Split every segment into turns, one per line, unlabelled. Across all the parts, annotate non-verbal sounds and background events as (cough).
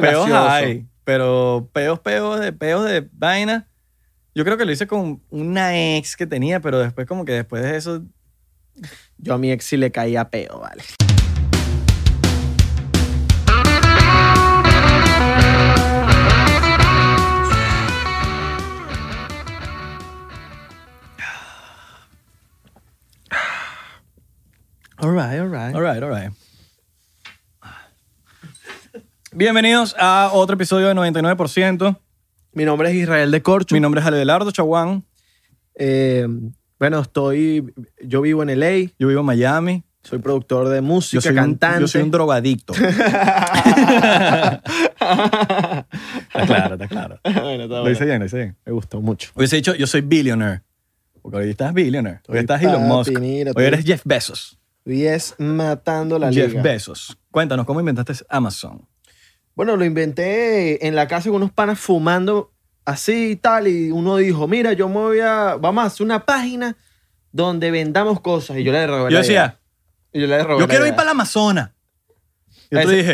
Peos
gracioso.
hay, pero peos, peos de peos de vaina. Yo creo que lo hice con una ex que tenía, pero después como que después de eso
Yo a mi ex sí le caía peo, vale. All right, all right.
All right, all right. Bienvenidos a otro episodio de 99%.
Mi nombre es Israel de Corcho.
Mi nombre es Adelardo Chaguán.
Eh, bueno, estoy. Yo vivo en LA,
Yo vivo en Miami.
soy productor de música,
Yo soy, un,
cantante.
yo soy un (laughs) drogadicto. está claro, está claro.
(laughs) Bueno, está
Lo
bueno.
hice bien, lo hice bien.
Me gustó mucho.
Hubiese dicho, yo soy billionaire. Porque hoy estás billionaire. Hoy
Oye,
estás Elon
papi,
Musk.
mira,
Hoy
tú-
eres Jeff Bezos.
Y es matando la
Jeff
liga.
Bezos. Cuéntanos, ¿cómo inventaste Amazon?
Bueno, lo inventé en la casa con unos panas fumando así y tal. Y uno dijo, mira, yo me voy a... Vamos a hacer una página donde vendamos cosas. Y yo le robé
Yo
la
decía,
idea. Y yo le
yo
robé la
quiero ir
idea.
para la Amazona. Yo te
Ese-
dije,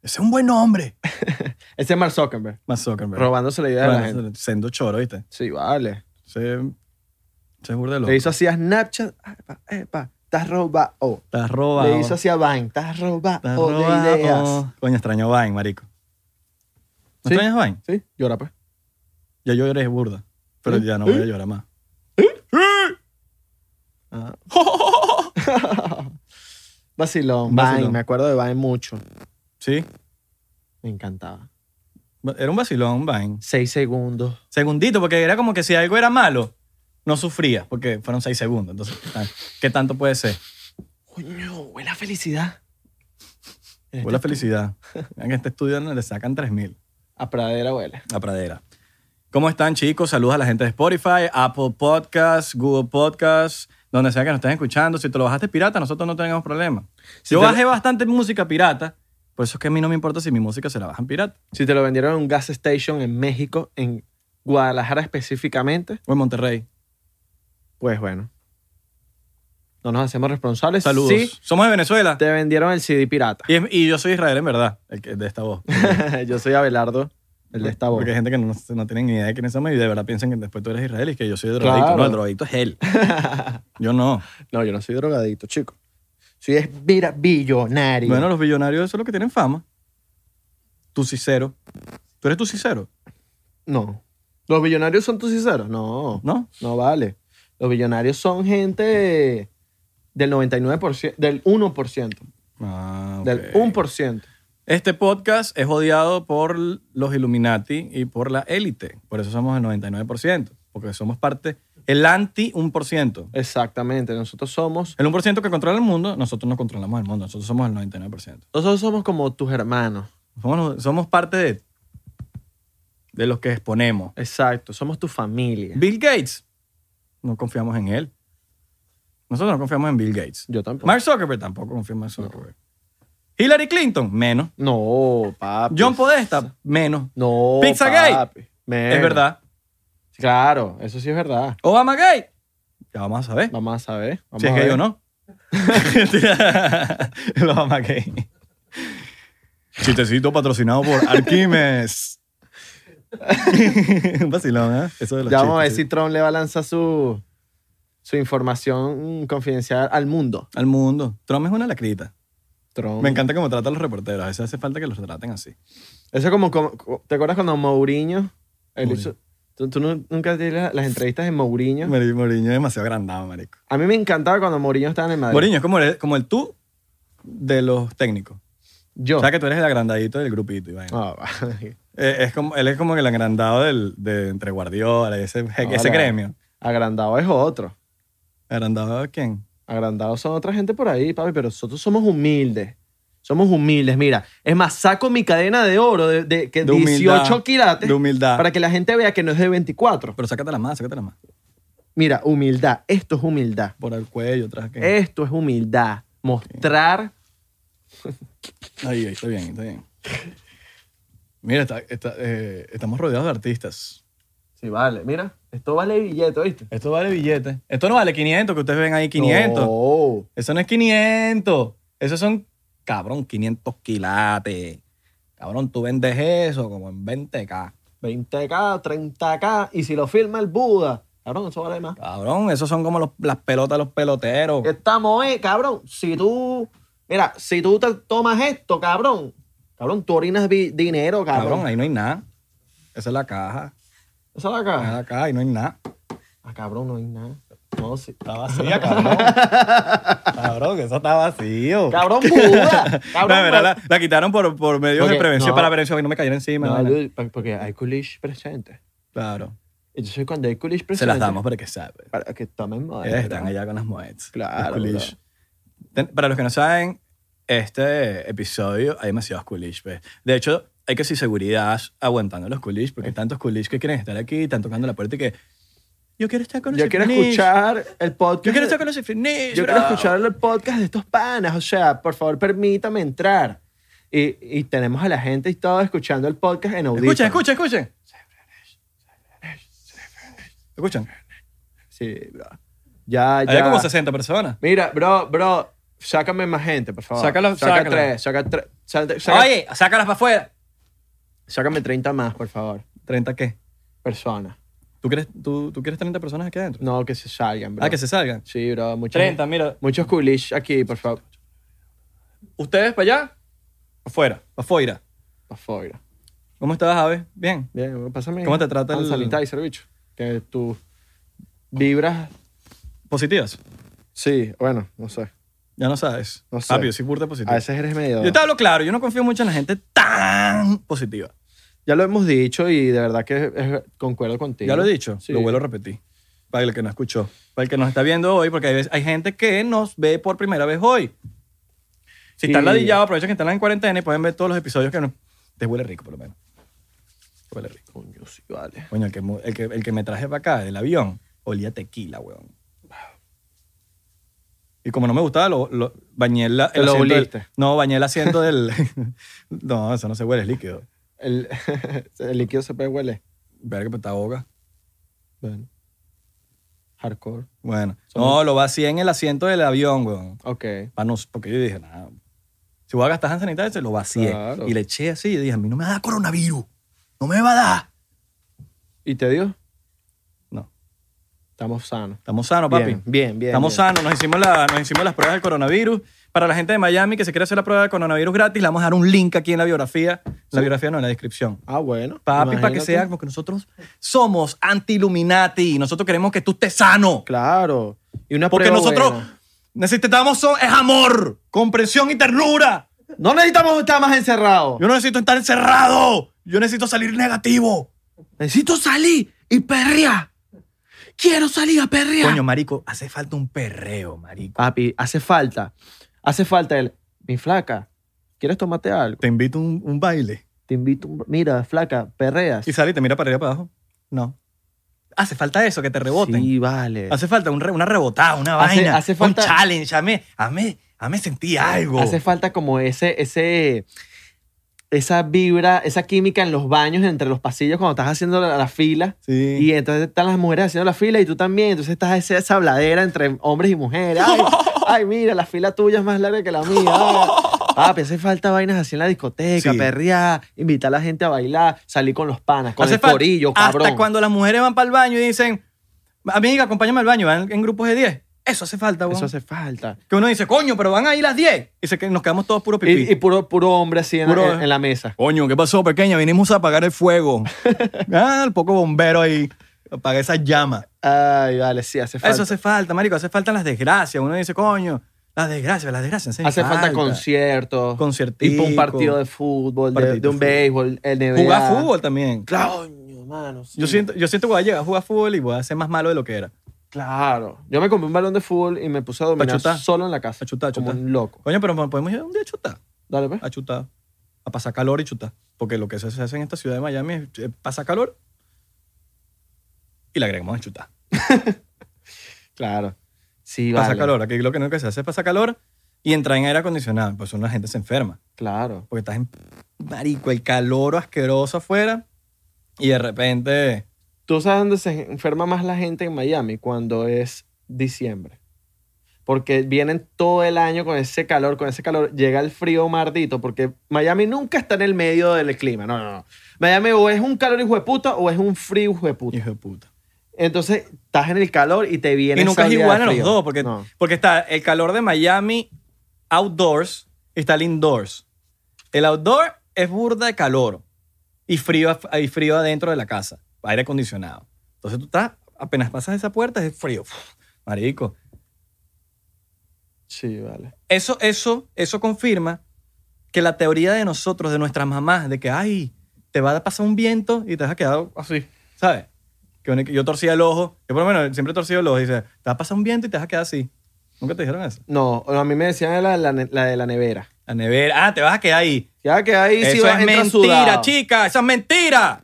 ese es un buen hombre.
Ese es Mark Zuckerberg.
Más Zuckerberg.
Robándose la idea de la
Bueno,
gente.
Sendo choro, ¿viste?
Sí, vale.
Se, se burda de loco.
Le hizo así a Snapchat. Epa, epa. Estás robado.
Estás robado.
Le hizo así a Vine. Estás
Estás
robado de ideas.
robado. Coño, extraño Vine, marico. ¿No
Sí.
extrañas Vine?
Sí, llora pues.
Ya yo lloré burda. Pero
¿Eh?
ya no voy a
¿Eh?
llorar
(laughs)
más.
Ah. (laughs) Vacilón. Vine.
Vacilón.
Me acuerdo de Vine mucho.
Sí.
Me encantaba.
Era un vacilón, Vine.
Seis segundos.
Segundito, porque era como que si algo era malo, no sufría, porque fueron seis segundos. Entonces, ¿qué, tan- qué tanto puede ser?
Este Coño, buena felicidad. Este,
Fue la felicidad. En este estudio no le sacan 3.000
A pradera abuela.
a pradera. ¿Cómo están, chicos? Saludos a la gente de Spotify, Apple Podcasts, Google Podcasts, donde sea que nos estén escuchando. Si te lo bajaste pirata, nosotros no tenemos problema.
Si
Yo
te-
bajé bastante música pirata, por eso es que a mí no me importa si mi música se la bajan pirata.
Si te lo vendieron en un gas station en México, en Guadalajara específicamente,
O en Monterrey.
pues bueno. No nos hacemos responsables.
Saludos.
Sí,
Somos de Venezuela.
te vendieron el CD pirata.
Y, es- y yo soy Israel, en verdad, el que- de esta voz.
(laughs) Yo soy Abelardo, el de esta voz.
Pues, Porque hay gente que no, no tiene ni idea de quiénes somos y de verdad piensan que después tú eres israelí y que yo soy drogadicto.
Claro.
No, el drogadicto es
(laughs)
él. Yo no.
No, yo no soy drogadito, chico. Soy es vira- billonario.
Bueno, los billonarios eso es lo que tienen fama. Tu cicero. Tú eres tu cicero,
no. ¿Los billonarios son tus sinceros? No.
¿no?
No vale. Los billonarios son gente del 99%, del 1%,
Ah, ok.
del 1%.
Este podcast es odiado por los Illuminati y por la élite. Por eso somos el 99%. Porque somos parte, el anti 1%.
Exactamente, nosotros somos,
El 1% que controla el mundo, nosotros no controlamos el mundo. Nosotros somos el 99%.
nosotros somos como tus hermanos.
Somos, somos parte de, de los que exponemos.
Exacto, somos tu familia.
Bill Gates. No confiamos en él. Nosotros no confiamos en Bill Gates.
Yo tampoco.
Mark Zuckerberg tampoco confía en Mark Zuckerberg. Hillary Clinton, menos.
no, papi.
John Podesta, menos.
No.
Pizza gay.
papi. Menos.
Es verdad.
Claro, eso sí es verdad.
Obama gay. Ya vamos a saber.
Vamos a saber. Vamos
si es
a
gay
ver.
o
(laughs)
no. El Obama gay. Chistecito patrocinado por
(laughs)
Arquimes. (laughs) Un vacilón, ¿eh? Eso de los
Ya vamos a ver
chistes,
si Trump le va a lanzar su, su información confidencial al mundo.
sí. Al mundo. Trump es una lacrita.
Trump.
Me encanta cómo trata a los reporteros. A veces hace falta que los traten así.
Eso es como, como- ¿te acuerdas cuando Mourinho? él
Mourinho.
hizo- ¿tú, tú nu- nunca te las, las entrevistas de Mourinho?
Mari- Mourinho es demasiado agrandado, marico.
A mí me encantaba cuando Mourinho estaba en el Madrid.
Mourinho es como el, como el tú de los técnicos.
Yo.
O sea que tú eres el agrandadito del grupito, y vaina.
Ah, (laughs) vale.
Eh, es como, él es como el agrandado del, de entre Guardiola y ese, ese
Ahora.
gremio.
Agrandado es otro.
¿Agrandado de quién?
Agrandados son otra gente por ahí, papi, pero nosotros somos humildes. Somos humildes, mira. Es más, saco mi cadena de oro de, de- que
De
18
humildad,
quilates
De humildad.
para que la gente vea que no es de 24.
Pero sácatela más, sácatela más.
Mira, humildad. Esto es humildad.
Por el cuello, atrás. que-
Esto es humildad. Mostrar.
Ahí, ahí, está bien, está bien. Mira, está- está, eh, estamos rodeados de artistas.
Sí, vale. Mira, esto vale billete, ¿viste?
Esto vale billete. Esto no vale 500, que ustedes ven ahí 500.
No.
Eso no es 500. Esos son, cabrón, 500 quilates. Cabrón, tú vendes eso como en 20K.
20K, 30K. Y si lo firma el Buda, cabrón, eso vale más.
Cabrón, esos son como los- las pelotas de los peloteros.
Estamos, eh, cabrón. Si tú. Mira, si tú te tomas esto, cabrón. Cabrón, tú orinas vi- dinero, cabrón.
Cabrón, ahí no hay nada. Esa es la caja.
Esa es
Esa
la
es
caja.
la caja y no hay nada.
Ah, cabrón, no hay nada. No,
(laughs)
sí.
Está vacía, cabrón. (laughs) cabrón, eso está vacío.
Cabrón,
(laughs)
Buda. Cabrón,
No, mira, la, la quitaron por, por medios
Porque-
de prevención
no.
para prevención y no me cayera encima.
No,
vaina.
dude, pa- porque hay coolish presente.
claro.
Entonces, cuando hay coolish
Se
presente.
las damos para que saben.
Para que tomen más.
Ellas están allá con las moeds.
Claro,
Los coolish. Ten- Para los que no saben, este episodio hay demasiados coolish. pues. De hecho, hay que sin seguridad aguantando los coolish,
Eh.
porque hay tantos coolish que quieren estar aquí, están tocando la puerta y que. Yo quiero estar con los
Yo quiero
Ifrinish.
escuchar el podcast.
Yo quiero estar con los Ifrinish,
Yo
bro".
quiero escuchar el podcast de estos panas. O sea, por favor, permítame entrar. Y, y tenemos a la gente y todo escuchando el podcast en audio.
Escuchen, escuchen, escuchen. Escuchan.
Sí, bro. Ya,
Había
ya.
como 60 personas.
Mira, bro, bro, sácame más gente, por favor.
Sácalo,
saca
sácalo.
tres, saca tres. saca- saca-
Oye, sácalas para afuera.
Sácame 30 más, por favor.
¿30 qué?
Personas.
¿Tú quieres, tú, tú quieres 30 personas aquí adentro?
No, que se salgan, bro.
Ah, que se salgan.
Sí, bro, muchas.
30, mira.
Muchos coolish aquí, por favor.
¿Ustedes para allá? Afuera, afuera.
Por favor.
¿Cómo estás, Ave? Bien.
Bien, pásame.
¿Cómo te trata el-
hand sanitizer, bicho? Que tú vibras.
¿Positivas?
Sí, bueno, no sé.
Ya no sabes.
No sé. Ah,
Papi, yo soy burda
A
positiva.
veces eres medio.
Yo te hablo claro, yo no confío mucho en la gente tan positiva.
Ya lo hemos dicho y de verdad que es- concuerdo contigo.
Ya lo he dicho,
Sí.
lo vuelvo a repetir. Para el que no escuchó, para el que nos está viendo hoy, porque hay, veces- hay gente que nos ve por primera vez hoy. Si están
Y-
ladillados, aprovechen que están en cuarentena y pueden ver todos los episodios que no. Te huele rico, por lo menos. Te huele rico.
Coño, sí, vale.
Coño, el que, mu- el que, el que me traje para acá del avión olía a tequila, weón. Y como no me gustaba, lo, lo- bañé la,
Te lo
asiento del-
oliste.
no, bañé el asiento
(laughs)
del... (laughs) no, eso no se huele, es líquido.
El, (laughs) el líquido se puede huele.
Verga, que te ahoga.
Bueno. Hardcore.
Bueno. No, lo vacié en el asiento del avión, weón.
Ok.
Pa' no- porque yo dije, nada. Si voy a gastar hand sanitizer, lo vacié.
Claro.
Y le eché así y dije, a mí no me da coronavirus. No me va a dar.
¿Y te dio?
No.
Estamos sanos.
Estamos sanos, papi.
Bien, bien, bien.
Estamos
bien.
sanos, nos hicimos, la- nos hicimos las pruebas del coronavirus. Para la gente de Miami que se quiere hacer la prueba del coronavirus gratis, le vamos a dar un link aquí en la biografía. En la biografía no, en la descripción.
Ah, bueno.
Papi, para que
imagínate.
sea, porque nosotros somos anti-Illuminati. Nosotros queremos que tú estés sano.
Claro. Y una
Porque
prueba
nosotros
buena.
necesitamos so- es amor, comprensión y ternura.
No necesitamos estar más encerrados.
Yo no necesito estar encerrado. Yo necesito salir negativo.
Necesito salir y perrear. Quiero salir a perrear.
Coño, marico, hace falta un perreo, marico.
Papi, hace falta. Hace falta el. Mi flaca, ¿quieres tomarte algo?
Te invito a un, un baile.
Te invito. un- Mira, flaca, perreas.
Y sale y te mira para arriba para abajo. No. Hace falta eso, que te reboten.
Sí, vale.
Eh, Hace falta un re- una rebotada, una
Hace-
vaina,
hace falta-
un challenge. Hazme, hazme, hazme sentir algo.
Hace falta como ese, ese, esa vibra, esa química en los baños, entre los pasillos, cuando estás haciendo la, la fila.
Sí.
Y entonces están las mujeres haciendo la fila y tú también. Entonces estás esa, esa habladera entre hombres y mujeres.
(laughs)
Ay, ay, mira, la fila tuya es más larga que la mía.
(laughs)
Ah, hace falta vainas así en la discoteca,
Sí.
perrear, invitar a la gente a bailar, salir con los panas, con
Hace
el
falta-
corillo, cabrón.
Hasta cuando las mujeres van para el baño y dicen, amiga, acompáñame al baño, van en grupos de 10. Eso hace falta, weón.
Eso hace falta.
Que uno dice, coño, pero van ahí las 10. Y se que nos quedamos todos puros pipí.
Y, y puro, puro hombre así en,
Puro-
en- en la mesa.
Coño, ¿qué pasó, pequeña? Vinimos a apagar el (laughs) fuego. ah, el poco bombero ahí. Apaga esa llama.
Ay, vale, sí, hace falta.
Eso hace falta, marico. Hace falta las desgracias. Uno dice, coño, las desgracias, las desgracias. hacen
Hace falta conciertos.
Conciertico.
Y un partido de fútbol, de,
Partidito
de un
de
béisbol, NBA.
Jugar fútbol también.
Coño, mano. sí.
Yo siento, yo siento que voy a llegar a jugar fútbol y voy a ser más malo de lo que era.
Claro. Yo me compré un balón de fútbol y me puse a
Pa'
dominar
chutar.
solo en la casa.
A chutar, a
como
chutar.
un loco.
Coño, pero podemos ir un día a chutar.
Dale, pues.
A chutar. A pasar calor y chutar. Porque lo que se hace en esta ciudad de Miami es eh, pasar calor y le agregamos a chutar.
Claro. Sí,
Pasar
vale.
calor. Aquí lo que nunca se hace es pasar calor y entrar en aire acondicionado. Pues una gente se enferma.
Claro.
Porque estás en marico, el calor asqueroso afuera y de repente.
¿Tú sabes dónde se enferma más la gente en Miami? Cuando es diciembre. porque vienen todo el año con ese calor, con ese calor, llega el frío mardito, porque Miami nunca está en el medio del clima, no, no, no. Miami o es un calor hijo de puta o es un frío hijo de puta.
Hijo de puta.
Entonces estás en el calor y te viene
Y nunca
esa
es
oleada
igual
de
a los
frío.
dos, porque,
No.
porque está el calor de Miami outdoors y está el indoors. El outdoor es burda de calor y frío, af- y frío adentro de la casa, aire acondicionado. Entonces tú estás, apenas pasas esa puerta, es frío. Uf, marico.
Sí, vale.
Eso, eso, eso confirma que la teoría de nosotros, de nuestras mamás, de que, ay, te va a pasar un viento y te vas a quedar así, ¿sabes? Que uno- que yo torcía el ojo, yo por lo menos siempre he torcido el ojo y dice, te va a pasar un viento y te vas a quedar así. ¿Nunca te dijeron eso?
No, a mí me decían la, la ne- la de la nevera.
La nevera. Ah, te vas a quedar ahí.
Ya que ahí si
Eso
vas
es
entra
mentira,
sudado.
chica. Eso es mentira.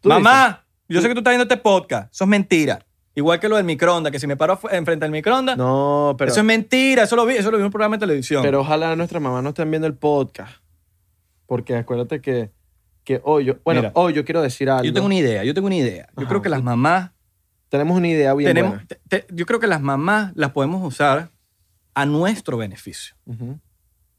¿Tú
Mamá, yo sé que tú estás viendo este podcast. Eso es mentira. Igual que lo del microondas, que si me paro afu- enfrente al microondas,
No, pero,
eso es mentira. Eso lo vi, eso lo vi en un programa de televisión.
pero ojalá nuestras mamás no estén viendo el podcast. Porque acuérdate que, que hoy yo, bueno,
Mira.
hoy yo quiero decir algo.
yo tengo una idea, yo tengo una idea. Yo
Ajá.
creo que las mamás
Tenemos una idea bien
tenemos,
buena.
te- te- yo creo que las mamás las podemos usar a nuestro beneficio.
Ujú.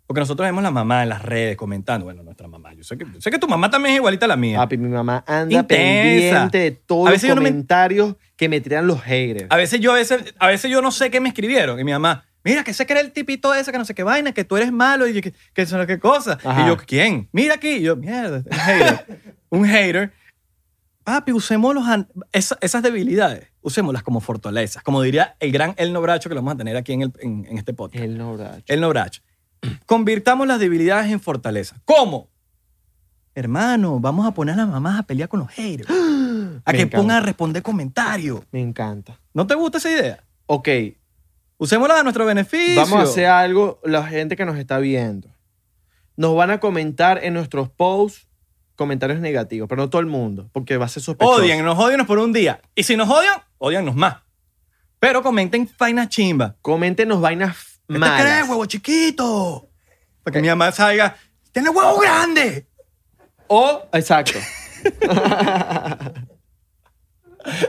Porque nosotros vemos las mamás en las redes comentando, bueno, nuestra mamá. Yo sé que, yo sé que tu mamá también es igualita a la mía.
Papi, mi mamá anda
Intensa.
pendiente de todos
A
los
veces yo no me-
comentarios que me tiran los haters.
A veces yo a veces, a veces yo no sé qué me escribieron y mi mamá, mira que sé que era el tipito ese que no sé qué vaina, que tú eres malo y que, que eso no sé qué cosa.
Ajá.
Y yo, ¿quién? Mira aquí. Y yo, mierda, este un hater. un hater. Papi, usemos los an- esa- esas debilidades, usémoslas como fortalezas, como diría el gran El Nobracho que lo vamos a tener aquí en, el- en- en este podcast.
El no, bracho.
El Nobracho. Convirtamos las debilidades en fortalezas. ¿Cómo? Hermano, vamos a poner a las mamás a pelear con los haters. A
Me
que
encanta.
pongan a responder comentarios.
Me encanta.
¿No te gusta esa idea?
Ok,
Usémosla a nuestro beneficio.
vamos a hacer algo, la gente que nos está viendo. Nos van a comentar en nuestros posts comentarios negativos, pero no todo el mundo, porque va a ser sospechoso.
Odien, nos odienos por un día. Y si nos odian, odiannos más. Pero comenten vainas chimba.
Coméntenos vainas
¿Qué te
malas.
crees, huevo chiquito? Para que mi mamá salga, tiene huevo grande.
O, exacto.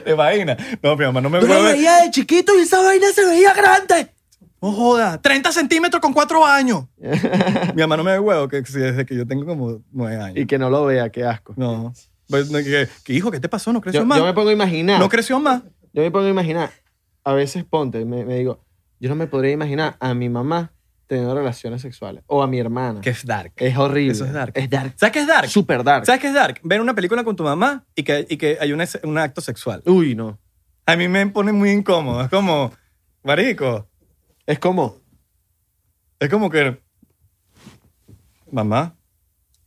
De vaina. No, mi mamá no me
Yo lo
hueve.
veía de chiquito y esa vaina se veía grande.
No joda, 30 centímetros con 4
(laughs)
años. mi mamá no me ve huevo que, si- desde que yo tengo como 9
Y
años.
que no lo vea, qué asco.
No. Pues, no, que, que, hijo, ¿qué te pasó? ¿No creció
Yo,
más?
yo me pongo a imaginar.
No creció más.
Yo me pongo a imaginar. A veces ponte, me, me digo, yo no me podría imaginar a mi mamá teniendo relaciones sexuales o a mi hermana.
Que es dark.
Es horrible.
Eso es dark.
Es dark.
¿Sabes qué es dark?
Super dark.
¿Sabes qué es dark? Ver una película con tu mamá y que, y que hay un, es- un acto sexual.
Uy, no.
A mí me pone muy incómodo. Es como, marico,
Es como,
es como que, mamá,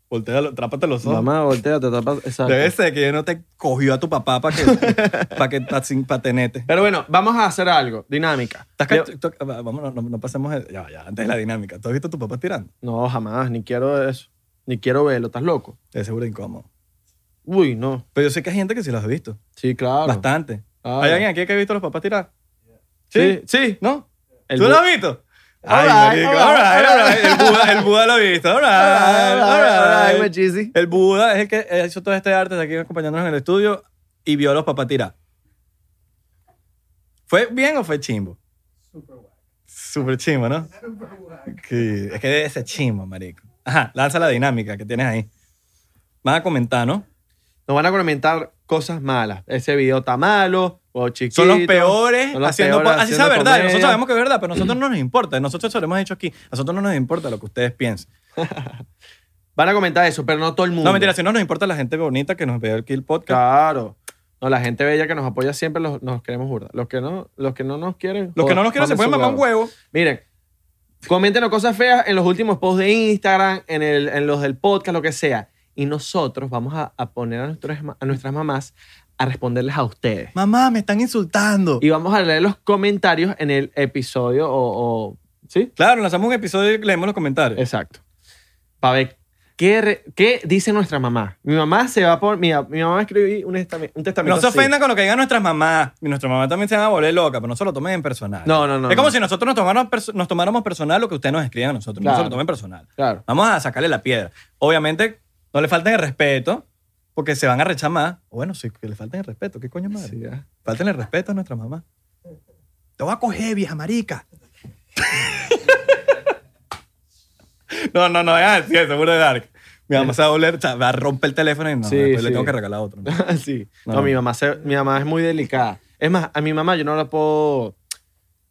voltea, lo- trápate los ojos.
mamá, voltea, te tapas. Exacto.
Debe ser que ella no te cogió a tu papá
(laughs)
para que, para que pa- sin patenete.
Pero bueno, vamos a hacer algo. Dinámica.
¿Estás
Yo-
cach- tú- Vamos, no, no, no pasemos. el- Ya, ya, antes de la dinámica. ¿Tú has visto a tu papá tirando?
No, jamás. Ni quiero eso. Ni quiero verlo. ¿Estás loco?
Te seguro incómodo.
Uy, no.
Pero yo sé que hay gente que sí los ha visto.
Sí, claro.
Bastante.
Claro.
¿Hay alguien aquí que ha visto a los papás tirar?
Sí,
¿Sí?
sí.
¿No?
El
¿Tú
bu-
lo has visto?
All right, all right, all right.
El Buda, el Buda lo ha visto. All right,
Ah,
all right.
my cheesy.
El Buda es el que hizo todo este arte de aquí acompañándonos en el estudio y vio a los papás tirar. ¿Fue bien o fue chimbo? Super chimbo, ¿no? Que- es que debe ser chimbo, marico. Ajá, lanza la dinámica que tienes ahí. Van a comentar, ¿no?
Nos van a comentar cosas malas. Ese video está malo, o chiquito.
Son los peores
son los
haciendo,
peores
po- así sea
haciendo
verdad. y Nosotros
comedia.
sabemos que es verdad, pero a nosotros no nos importa. Nosotros se lo hemos dicho aquí. A nosotros no nos importa lo que ustedes piensen.
Van a comentar eso, pero no todo el mundo.
No, mentira, si no nos importa la gente bonita que nos ve aquí el podcast.
Claro. No, la gente bella que nos apoya siempre los, nos queremos burda. Los que no, los que no nos quieren.
Los que no nos quieren se pueden mamar un huevo.
Miren, coméntenos cosas feas en los últimos posts de Instagram, en, el, en los del podcast, lo que sea. Y nosotros vamos a, a poner a, nuestros ma- a nuestras mamás a responderles a ustedes.
Mamá, me están insultando.
Y vamos a leer los comentarios en el episodio o. o- ¿Sí?
Claro, lanzamos un episodio y leemos los comentarios.
Exacto. Para ver qué, re- qué dice nuestra mamá. Mi mamá se va por. Mi, mi mamá escribió un, estami- un testamento.
no se
así.
ofendan con lo que digan nuestras mamás. Y nuestras mamás también se van a volver locas, pero no se lo tomen en personal.
No, no, no,
Es como
no.
si nosotros nos tomáramos, perso- nos tomáramos personal lo que ustedes nos escriban a nosotros. No se
Claro.
lo tomen personal.
Claro.
Vamos a sacarle la piedra. Obviamente, no le falten el respeto, porque se van a rechar más. Bueno, sí, que le falten el respeto. ¿Qué coño madre?
Sí, ya.
Falten el respeto a nuestra mamá. Te voy a coger, vieja marica. (laughs) No, no, no, ah, sí, eso seguro de dark. Mi mamá se va a volver, o sea, va a romper el teléfono y no,
Sí,
después le
sí.
tengo que regalar otro.
(laughs) sí.
No,
No,
no.
Mi, mamá se- mi mamá es muy delicada. Es más, a mi mamá yo no la puedo...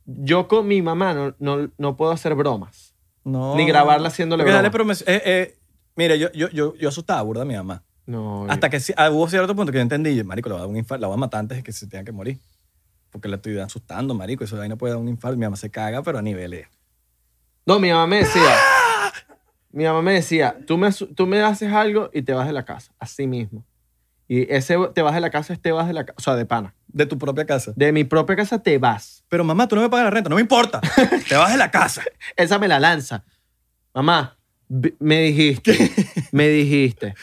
Yo con mi mamá no, no, no puedo hacer bromas.
No.
Ni grabarla haciéndole
Porque dale,
broma.
pero me- eh, eh, mira, yo, yo, yo, yo asustaba burda a mi mamá.
No.
Hasta que sí- ah, hubo cierto punto que yo entendí, yo, marico, le va a dar un infarto, la voy a matar antes de que se tenga que morir. Porque la estoy asustando, marico, eso ahí no puede dar un infarto. Mi mamá se caga, pero a niveles.
No, mi mamá me decía... Mi mamá me decía, tú me, asu- tú me haces algo y te vas de la casa. Así mismo. Y ese te vas de la casa es te vas de la casa. O sea, de pana.
De tu propia casa.
De mi propia casa te vas.
Pero mamá, tú no me pagas la renta, no me
(laughs)
importa. Te vas de la casa.
Esa me la lanza. Mamá, vi- me
(laughs)
dijiste, me dijiste.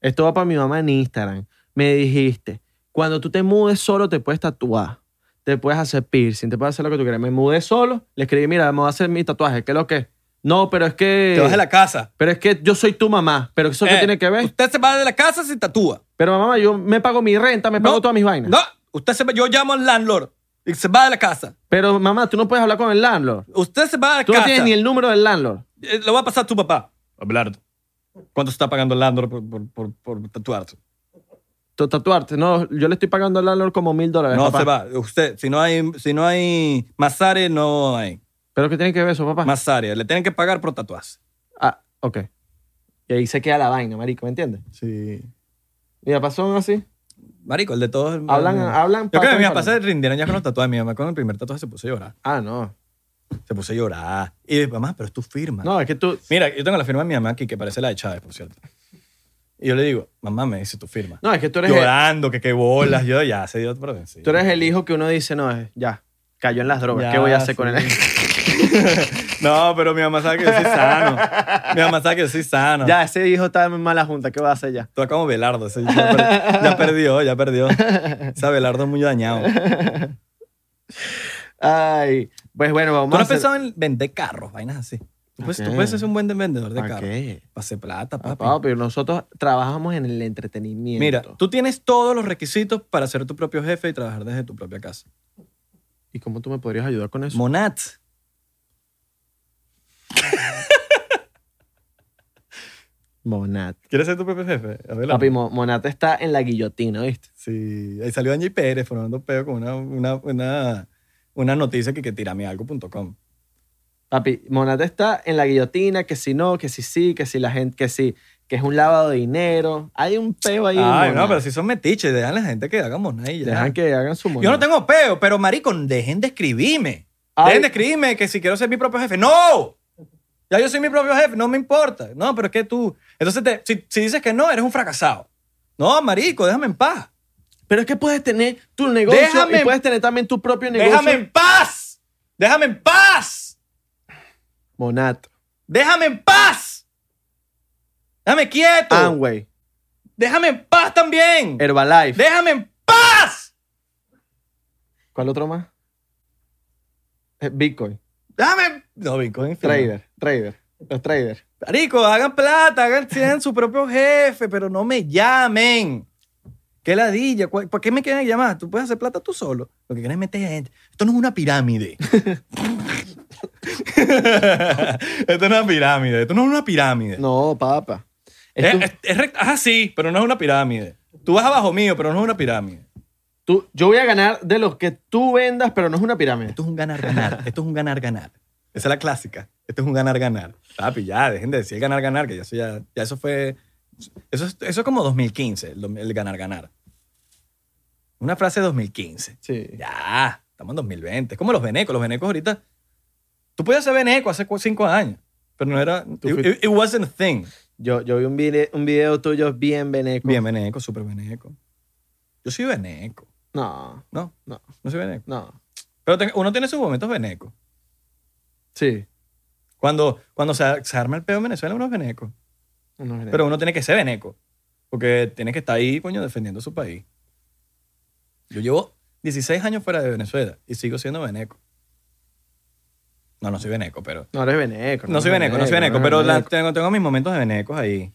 Esto va para mi mamá en Instagram. Me dijiste, cuando tú te mudes solo te puedes tatuar. Te puedes hacer piercing, te puedes hacer lo que tú quieras. Me mudé solo, le escribí, mira, me voy a hacer mi tatuaje. ¿Qué es lo que es? No, pero es que...
Te vas de la casa.
Pero es que yo soy tu mamá. ¿Pero eso qué
Eh,
tiene que ver?
Usted se va de la casa se tatúa.
Pero mamá, yo me pago mi renta, me pago todas mis vainas.
No, usted se va, yo llamo al landlord y se va de la casa.
Pero mamá, tú no puedes hablar con el landlord.
Usted se va de la
Tú
casa.
no tienes ni el número del landlord.
Eh, Lo va a pasar a tu papá. Abelardo. ¿Cuánto está pagando el landlord por, por, por, por tatuarte?
Tu- Tatuarte. No, yo le estoy pagando al landlord como mil dólares.
No
papá.
se va. Usted, si no hay, si no hay Masare, no hay.
¿Pero qué tiene que ver eso, papá?
Masare. Le tienen que pagar por tatuarse.
Ah, ok. Y ahí se queda la vaina, marico, ¿me entiendes?
Sí.
Mira, pasó así.
Marico, el de todos.
Hablan,
el-
hablan.
Yo creo que
patas
mis
y
papás se
patas.
rindieron ya con los tatuajes. Mi mamá con el primer tatuaje se puso a llorar.
Ah, no.
Se puso a llorar. Y dije, mamá, pero es tu firma.
No, es que tú...
Mira, yo tengo la firma de mi mamá aquí, que parece la de Chávez, por cierto. Y yo le digo, mamá, me dice tu firma.
No, es que tú eres, el,
Llorando, que qué bolas. Yo ya se dio por vencido.
tú eres el hijo que uno dice, no, es- ya, cayó en las drogas.
Ya,
¿Qué voy a hacer
sí.
con
(laughs)
él? (laughs)
No, pero mi mamá sabe que yo soy sano. Mi mamá sabe que yo soy sano.
ya, ese hijo está en mala junta. ¿Qué voy a hacer ya?
Tú como Belardo. ese ya, per- ya perdió, ya perdió. Ese Belardo es muy dañado. ¿Tú
Ay, pues bueno, vamos
no
a
has
hacer-
pensado en vender carros, vainas así? Tú puedes, tú
Ok.
puedes ser un buen vendedor de
¿Para
carros.
qué?
Para hacer plata,
Ah,
papi.
papi, nosotros trabajamos en el entretenimiento.
Mira, tú tienes todos los requisitos para ser tu propio jefe y trabajar desde tu propia casa.
¿Y cómo tú me podrías ayudar con eso?
Monat.
Monat.
¿Quieres ser tu propio jefe? Abelardo.
Papi, Mo- Monat está en la guillotina, ¿viste?
Sí, ahí salió Angie Pérez formando peo con una, una, una, una noticia que, que tiramialgo.com.
Papi, Monate está en la guillotina, que si no, que si sí, que si la gente, que si, que es un lavado de dinero. Hay un peo ahí. en
Ay, no,
Monat.
pero si son metiches, dejan a la gente que haga monadilla.
Dejan que hagan su
Yo
Monat.
no tengo peo, pero marico, dejen de escribirme.
Ay.
Dejen de escribirme que si quiero ser mi propio jefe. ¡No! Ya yo soy mi propio jefe, no me importa. No, pero es que tú. Entonces, te- si, si dices que no, eres un fracasado. No, marico, déjame en paz.
Pero es que puedes tener tu negocio
Déjame-
y puedes tener también tu propio negocio.
¡Déjame en paz! ¡Déjame en paz!
Monat,
¡Déjame en paz! ¡Déjame quieto!
Amway,
¡Déjame en paz también!
Herbalife.
¡Déjame en paz!
¿Cuál otro más? Eh, Bitcoin,
¡Déjame en... No, Bitcoin.
trader, trader, los traders.
Marico, hagan plata, hagan, sean su propio jefe, pero no me llamen. ¿Qué ladilla? ¿Cuál- ¿Por qué me quieren llamar? Tú puedes hacer plata tú solo. Lo que quieren es meter gente. Esto no es una
(laughs)
pirámide. esto no es una pirámide. Esto no es una pirámide.
No, papá.
es,
Es tu-
es, es rect- ajá, sí, pero no es una pirámide. Tú vas abajo mío, pero no es una pirámide.
tú- yo voy a ganar de los que tú vendas, pero no es una pirámide.
Esto es un ganar-ganar. Esto es un ganar-ganar. Esa es la clásica. Esto es un ganar-ganar. Papi, ya, dejen de decir ganar-ganar, que ya eso, ya, ya eso fue... Eso es, eso es como 2015, el dom- el ganar-ganar. Una frase de 2015.
Sí.
Ya, estamos en 2020. Es como los venecos. Los venecos ahorita... Tú podías ser veneco hace cu- cinco años, pero no era... It,
fuiste-
it- it wasn't a thing.
Yo, yo vi un video, un video tuyo bien veneco.
Bien veneco, súper veneco. Yo soy veneco,
No,
¿no?
No.
No soy veneco.
no.
Pero te- uno tiene sus momentos venecos.
Sí.
Cuando, cuando se, se arma el pedo en Venezuela, uno es veneco.
uno es
Pero uno tiene que ser veneco. Porque tiene que estar ahí, coño, defendiendo su país. Yo llevo 16 años fuera de Venezuela y sigo siendo veneco. No, no soy veneco, pero.
No eres veneco.
No soy veneco, no soy veneco,
eres
pero la-
veneco.
tengo, tengo mis momentos de venecos ahí.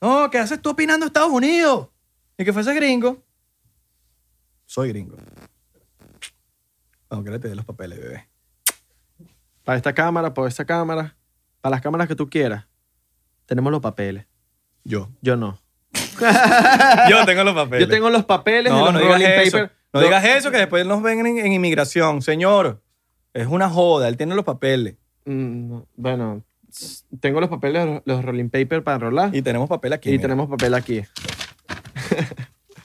No, ¿qué haces tú opinando de Estados Unidos? Y que fuese gringo. Soy gringo. Aunque le te dé los papeles, bebé.
Para esta cámara, para esta cámara, para las cámaras que tú quieras. Tenemos los papeles. (laughs)
Yo.
Yo no.
Yo tengo los papeles.
Yo tengo los papeles de
No,
los
no digas
rolling
eso.
papers.
No
Lo-
digas eso, que después nos ven en, en inmigración. Señor, es una joda. Él tiene los papeles.
Mm, no. Bueno, s- tengo los papeles, los rolling papers para enrolar. Y,
Y tenemos papel aquí. mira.
tenemos papel aquí.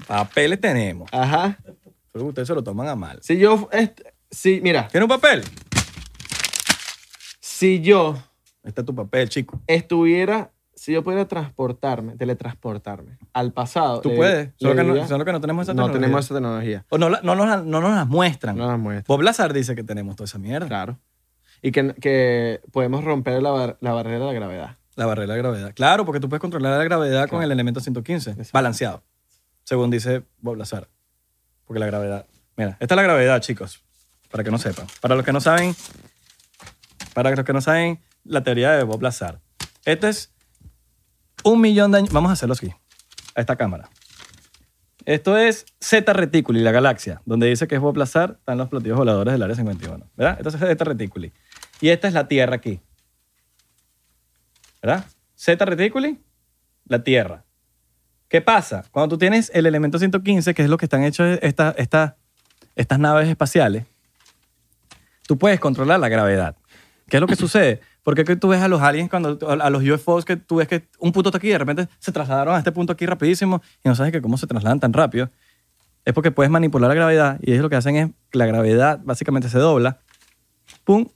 Papeles tenemos.
Ajá.
Solo que ustedes se lo toman a mal.
Si yo. est- si, mira,
¿Tiene un papel?
si yo
Ahí está tu papel, chico.
estuviera. Si yo pudiera transportarme, teletransportarme al pasado.
Tú
le-
puedes.
le
Solo que,
diría-
no, solo que no tenemos esa
no
tecnología.
tenemos esa tecnología.
O no, la- no nos, la- no nos las muestran.
No la muestra.
Bob Lazar dice que tenemos toda esa mierda.
Claro. Y que, que podemos romper la, bar- la barrera de la gravedad.
La barrera de la gravedad. Claro, porque tú puedes controlar la gravedad con
Claro.
el elemento 115.
Exacto.
Balanceado. Según dice Bob Lazar. Porque la gravedad. Mira, esta es la gravedad, chicos. Para que no sepan. Para los que no saben. Para los que no saben la teoría de Bob Lazar. Este es un millón de años. Vamos a hacerlo aquí. A esta cámara. Esto es Z Reticuli, la galaxia, donde dice que es Bob Lazar, están los platillos voladores del Área 51. ¿Verdad? Entonces es Z Reticuli. Y esta es la Tierra aquí. ¿verdad? Z reticuli, la Tierra. ¿Qué pasa? Cuando tú tienes el elemento 115, que es lo que están hechos esta- esta- estas naves espaciales, tú puedes controlar la gravedad. ¿Qué es lo que sucede? Porque que tú ves a los aliens, cuando, a los UFOs, que tú ves que un punto está aquí y de repente se trasladaron a este punto aquí rapidísimo y no sabes que cómo se trasladan tan rápido. Es porque puedes manipular la gravedad y ellos lo que hacen es que la gravedad básicamente se dobla, pum,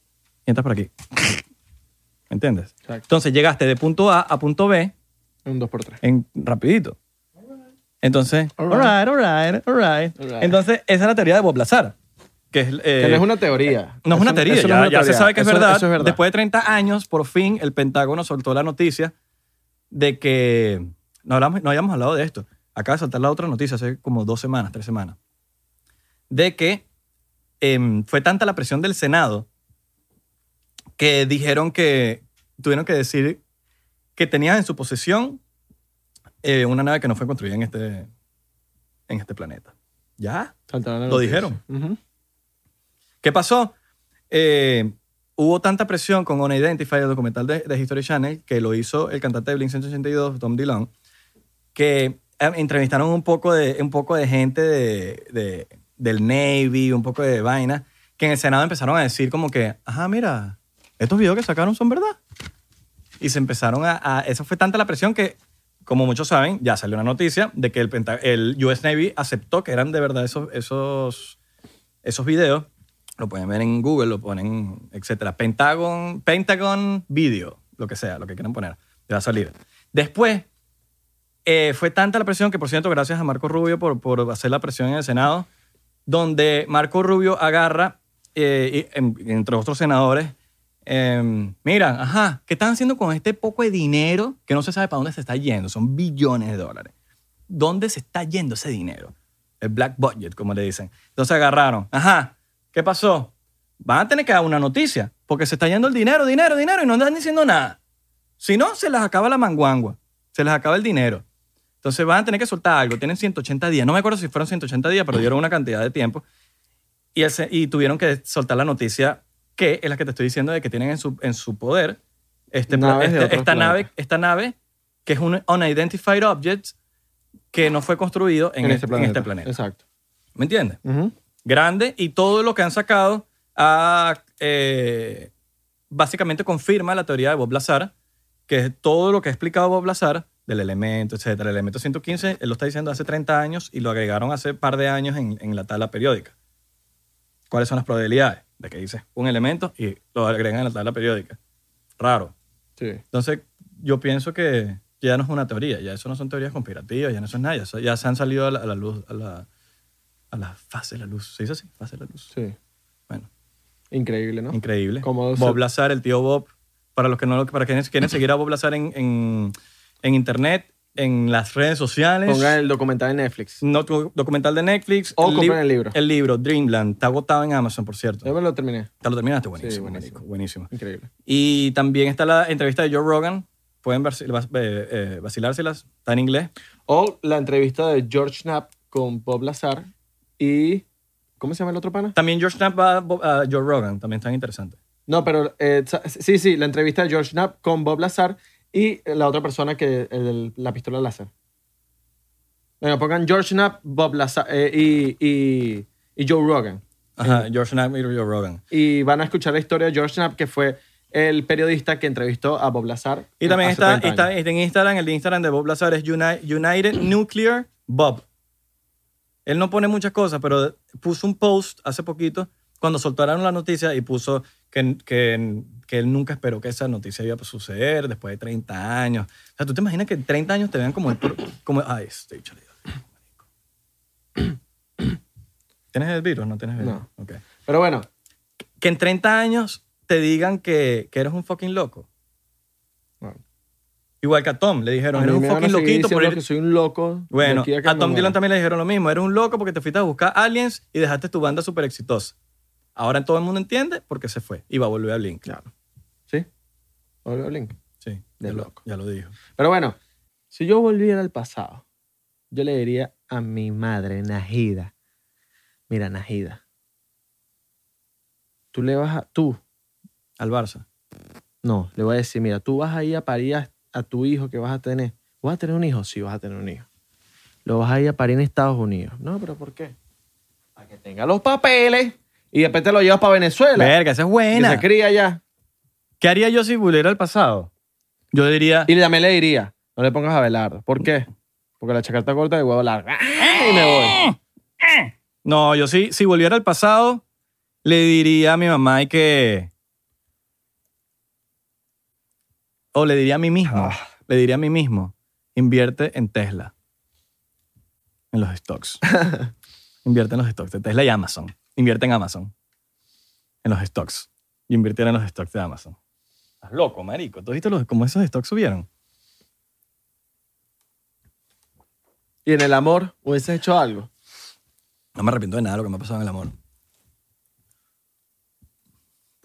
y entras por aquí. ¿Me entiendes?
Exacto.
Entonces llegaste de punto A a punto B
Un 2x3.
en rapidito. Entonces, all
All right.
right, all right, all right.
All right.
Entonces, esa es la teoría de Bob Lazar, que es, eh,
Que no es una teoría.
no es
Eso-
una teoría,
eso
ya,
no es una
ya se
teoría.
sabe que es,
Eso-
verdad.
eso es verdad.
Después de 30 años, por fin, el Pentágono soltó la noticia de que no, hablamos, no habíamos hablado de esto. Acaba de saltar la otra noticia hace como dos semanas, tres semanas. De que em, fue tanta la presión del Senado que dijeron que tuvieron que decir que tenían en su posesión eh, una nave que no fue construida en este, en este planeta. ¿Ya?
Saltaron la
Lo
noticia.
dijeron.
Ujú.
¿Qué pasó? Eh, hubo tanta presión con Unidentify, el documental de, de History Channel, que lo hizo el cantante de Blink 182, Tom Dillon, que eh, entrevistaron un poco de, un poco de gente de, de- del Navy, un poco de vaina, que en el Senado empezaron a decir como que, ajá, mira, estos videos que sacaron son verdad. Y se empezaron a, a- Eso fue tanta la presión que, como muchos saben, ya salió una noticia de que el, Penta- el US Navy aceptó que eran de verdad esos, esos, esos videos. Lo pueden ver en Google, lo ponen, etcétera. Pentagon, Pentagon Video, lo que sea, lo que quieran poner. Te va a salir. Después, eh, fue tanta la presión que, por cierto, gracias a Marco Rubio por, por hacer la presión en el Senado, donde Marco Rubio agarra, eh, y- en- entre otros senadores, em, mira, ajá, ¿qué están haciendo con este poco de dinero que no se sabe para dónde se está yendo? Son billones de dólares. ¿Dónde se está yendo ese dinero? El black budget, como le dicen. Entonces agarraron, ajá, ¿qué pasó? Van a tener que dar una noticia, porque se está yendo el dinero, dinero, dinero, y no andan diciendo nada. Si no, se les acaba la manguangua, se les acaba el dinero. Entonces van a tener que soltar algo. Tienen 180 días. No me acuerdo si fueron 180 días, pero dieron una cantidad de tiempo. Y, ese- y tuvieron que soltar la noticia que es la que te estoy diciendo de que tienen en su, en su poder este, pla-
Naves de
este-
otros
esta, nave,
planetas.
esta nave que es un unidentified object que no fue construido en, este, en este planeta.
Exacto.
¿Me entiendes?
Ujú.
grande y todo lo que han sacado ha, eh, básicamente confirma la teoría de Bob Lazar, que es todo lo que ha explicado Bob Lazar del elemento, etcétera. El elemento 115, él lo está diciendo hace 30 años y lo agregaron hace par de años en, en la tabla periódica. ¿Cuáles son las probabilidades? De que dices un elemento y lo agregan en la tabla periódica. Raro.
Sí.
Entonces, yo pienso que ya no es una teoría, ya eso no son teorías conspirativas, ya no son nada, ya, so- ya se han salido a la, a la luz, a la, a la fase de la luz. ¿Se dice así? Fase de la luz.
Sí.
Bueno,
Increíble, ¿no?
increíble.
Como se-
Bob Lazar, el tío Bob, para los que no lo- para quienes
(laughs)
quieren seguir a Bob Lazar en, en, en internet, en las redes sociales.
Pongan el documental en Netflix.
no, tu- documental de Netflix.
O
lib-
compren el libro.
El eh, libro, Dreamland. Está agotado en Amazon, por cierto.
Yo me lo terminé.
¿Te lo terminaste? Buenísimo,
buenísimo.
marico, buenísimo.
Increíble.
Y también está la entrevista de Joe Rogan. Pueden vas- vas- eh, eh, vacilárselas. Está en inglés.
O la entrevista de George Knapp con Bob Lazar y... ¿Cómo se llama el otro pana?
También George Knapp va a Bo- a Joe Rogan. También están interesantes.
No, pero eh, sa- sí, sí, la entrevista de George Knapp con Bob Lazar y la otra persona que el del- la pistola láser. Bueno, pongan George Knapp, Bob Lazar eh, y, y, y Joe Rogan.
Ajá, George Knapp y Joe Rogan.
Y van a escuchar la historia de George Knapp, que fue el periodista que entrevistó a Bob Lazar.
Y también
hace
está,
30
está-
años.
está en Instagram, el de Instagram de Bob Lazar es Uni- United Nuclear Bob. Él no pone muchas cosas, pero puso un post hace poquito cuando soltaron la noticia y puso que, que, que él nunca esperó que esa noticia iba a suceder después de 30 años. O sea, ¿tú te imaginas que en 30 años te vean como el... pro- Como, ay, este estoy chale- ¿Tienes el virus? No tienes el virus.
No.
Ok.
Pero bueno,
Que en 30 años te digan que, que eres un fucking loco.
Bueno.
Igual que a Tom, le dijeron,
a
eres
mí
un
me van a
fucking
seguir
loquito por
diciendo
ir-
que soy un loco. de
Bueno,
aquí que
a
me
Tom Dylan
muera.
también le dijeron lo mismo, eres un loco porque te fuiste a buscar aliens y dejaste tu banda súper exitosa. Ahora todo el mundo entiende por qué se fue y va a volver a Blink.
Claro. ¿Sí? Volvió a Blink.
Sí,
De
ya lo-
loco.
Ya lo dijo.
Pero bueno, si yo volviera al pasado, yo le diría a mi madre, Najida, mira, Najida, tú le vas a, tú,
Al Barça.
no, le voy a decir, mira, tú vas a ir a parir a, a tu hijo que vas a tener. ¿Vas a tener un hijo? Sí, vas a tener un hijo. Lo vas a ir a parir en Estados Unidos. No, pero ¿por qué? Para que tenga los papeles y después te lo llevas para Venezuela.
Verga, esa es
y
buena.
se cría ya.
¿Qué haría yo si volviera al pasado? Yo diría,
Y también le diría, no le pongas a Belardo. ¿Por qué? Porque la chacarta corta de huevo largo. Y me voy.
no, yo sí, si volviera al pasado, le diría a mi mamá y que... O le diría a mí mismo.
Ah.
le diría a mí mismo, invierte en Tesla, en los stocks. invierte en los stocks de Tesla y Amazon. Invierte en Amazon, en los stocks. Y invirtiera en los stocks de Amazon. Estás loco, marico. ¿Tú viste los, cómo esos stocks subieron?
¿Y en el amor hubieses hecho algo?
No me arrepiento de nada de lo que me ha pasado en el amor.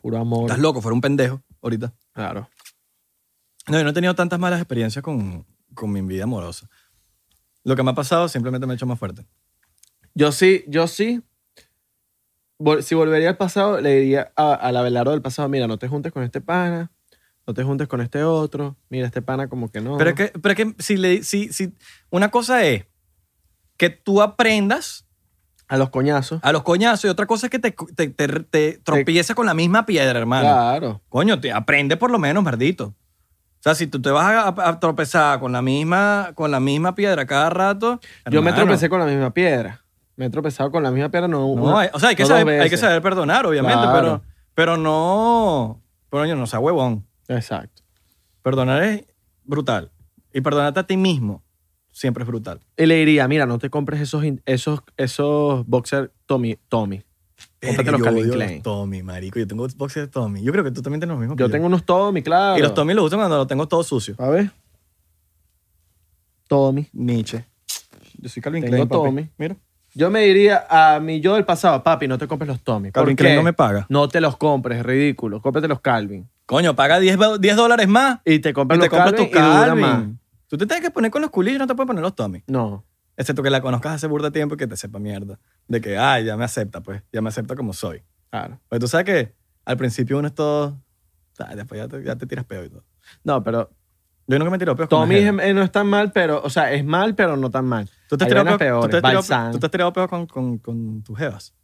Puro amor.
Estás loco, fuera un pendejo ahorita.
Claro.
No, yo no he tenido tantas malas experiencias con, con mi vida amorosa. Lo que me ha pasado simplemente me ha hecho más fuerte.
Yo sí, yo sí. Vol- Si volvería al pasado, le diría a, al Abelardo del pasado, mira, no te juntes con este pana, no te juntes con este otro, mira, este pana como que no.
Pero es que, pero es que si, le, si, si una cosa es que tú aprendas
A los coñazos.
A los coñazos. Y otra cosa es que te, te, te- te tropiezas con la misma piedra, hermano.
Claro.
Coño, te aprende por lo menos, mardito. O sea, si tú te vas a, a tropezar con la misma, con la misma piedra cada rato.
Yo me
hermano,
tropecé con la misma piedra. Me he tropezado con la misma piedra, no
No,
una,
hay- o sea, hay que,
no dos
saber, hay que
veces.
saber perdonar, obviamente,
Claro.
pero, pero no. Pero yo no sea huevón.
Exacto.
Perdonar es brutal. Y perdonarte a ti mismo siempre es brutal.
Y le diría, mira, no te compres esos, in- esos, esos boxer Tommy. Tommy. Cómprate los
Yo
Calvin
odio los
Klein.
Tommy, marico. Yo tengo boxes de Tommy. Yo creo que tú también tienes los mismos. que
Yo tengo unos Tommy, claro.
Y los Tommy los uso cuando los tengo todos sucios.
A ver. Tommy.
Nietzsche. Yo soy Calvin
Tengo
Klein, papi.
Tommy.
Mira,
Yo me diría a mi yo del pasado, papi, no te compres los Tommy. ¿Por
Calvin
qué?
Klein no me paga.
No te los compres, ridículo. Cómprate los Calvin.
Coño, paga 10, ba- 10 dólares más
Y te
y
compras
te
los
compras
Calvin,
tu
y dura
Calvin.
más.
Tú te tienes que poner con los culillos, no te puedes poner los Tommy.
No.
Excepto que la conozcas hace burda tiempo y que te sepa mierda. De que, ay, ya me acepta, pues. Ya me acepta como soy.
Claro.
Pero tú sabes que al principio uno es todo... ah, después ya te, ya te tiras peo y todo.
No, pero
Yo nunca me tiro peo con
Tommy
Najera.
es- eh, no es tan mal, pero, o sea, es mal, pero no tan mal.
¿Tú te has
hay
tirado
vainas
peo- tú te has
peores,
tirado-
Balsam.
tú te has tirado peo con, con, con tus jevas?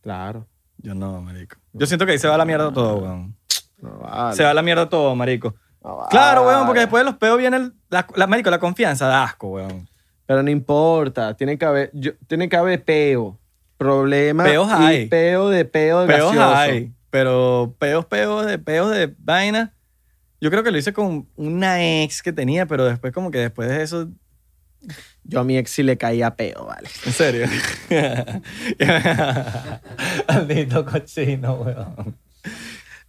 Claro.
Yo no, marico. Yo siento que ahí se va a la mierda todo, weón.
No Ah, vale.
Se va a la mierda todo, marico.
No vale.
Claro, weón, porque después de los peos viene el- la, la- marico, la confianza da asco, weón.
Pero no importa. Tiene que haber, yo- tiene que haber peo. Problema.
Peos
y
hay.
Peo de peo de
Peos
gaseoso.
hay, pero peos, peos, de peos de vaina. Yo creo que lo hice con una ex que tenía, pero después como que después de eso,
Yo a mi ex sí le caía peo, vale.
en
(laughs)
serio. Maldito cochino, weón.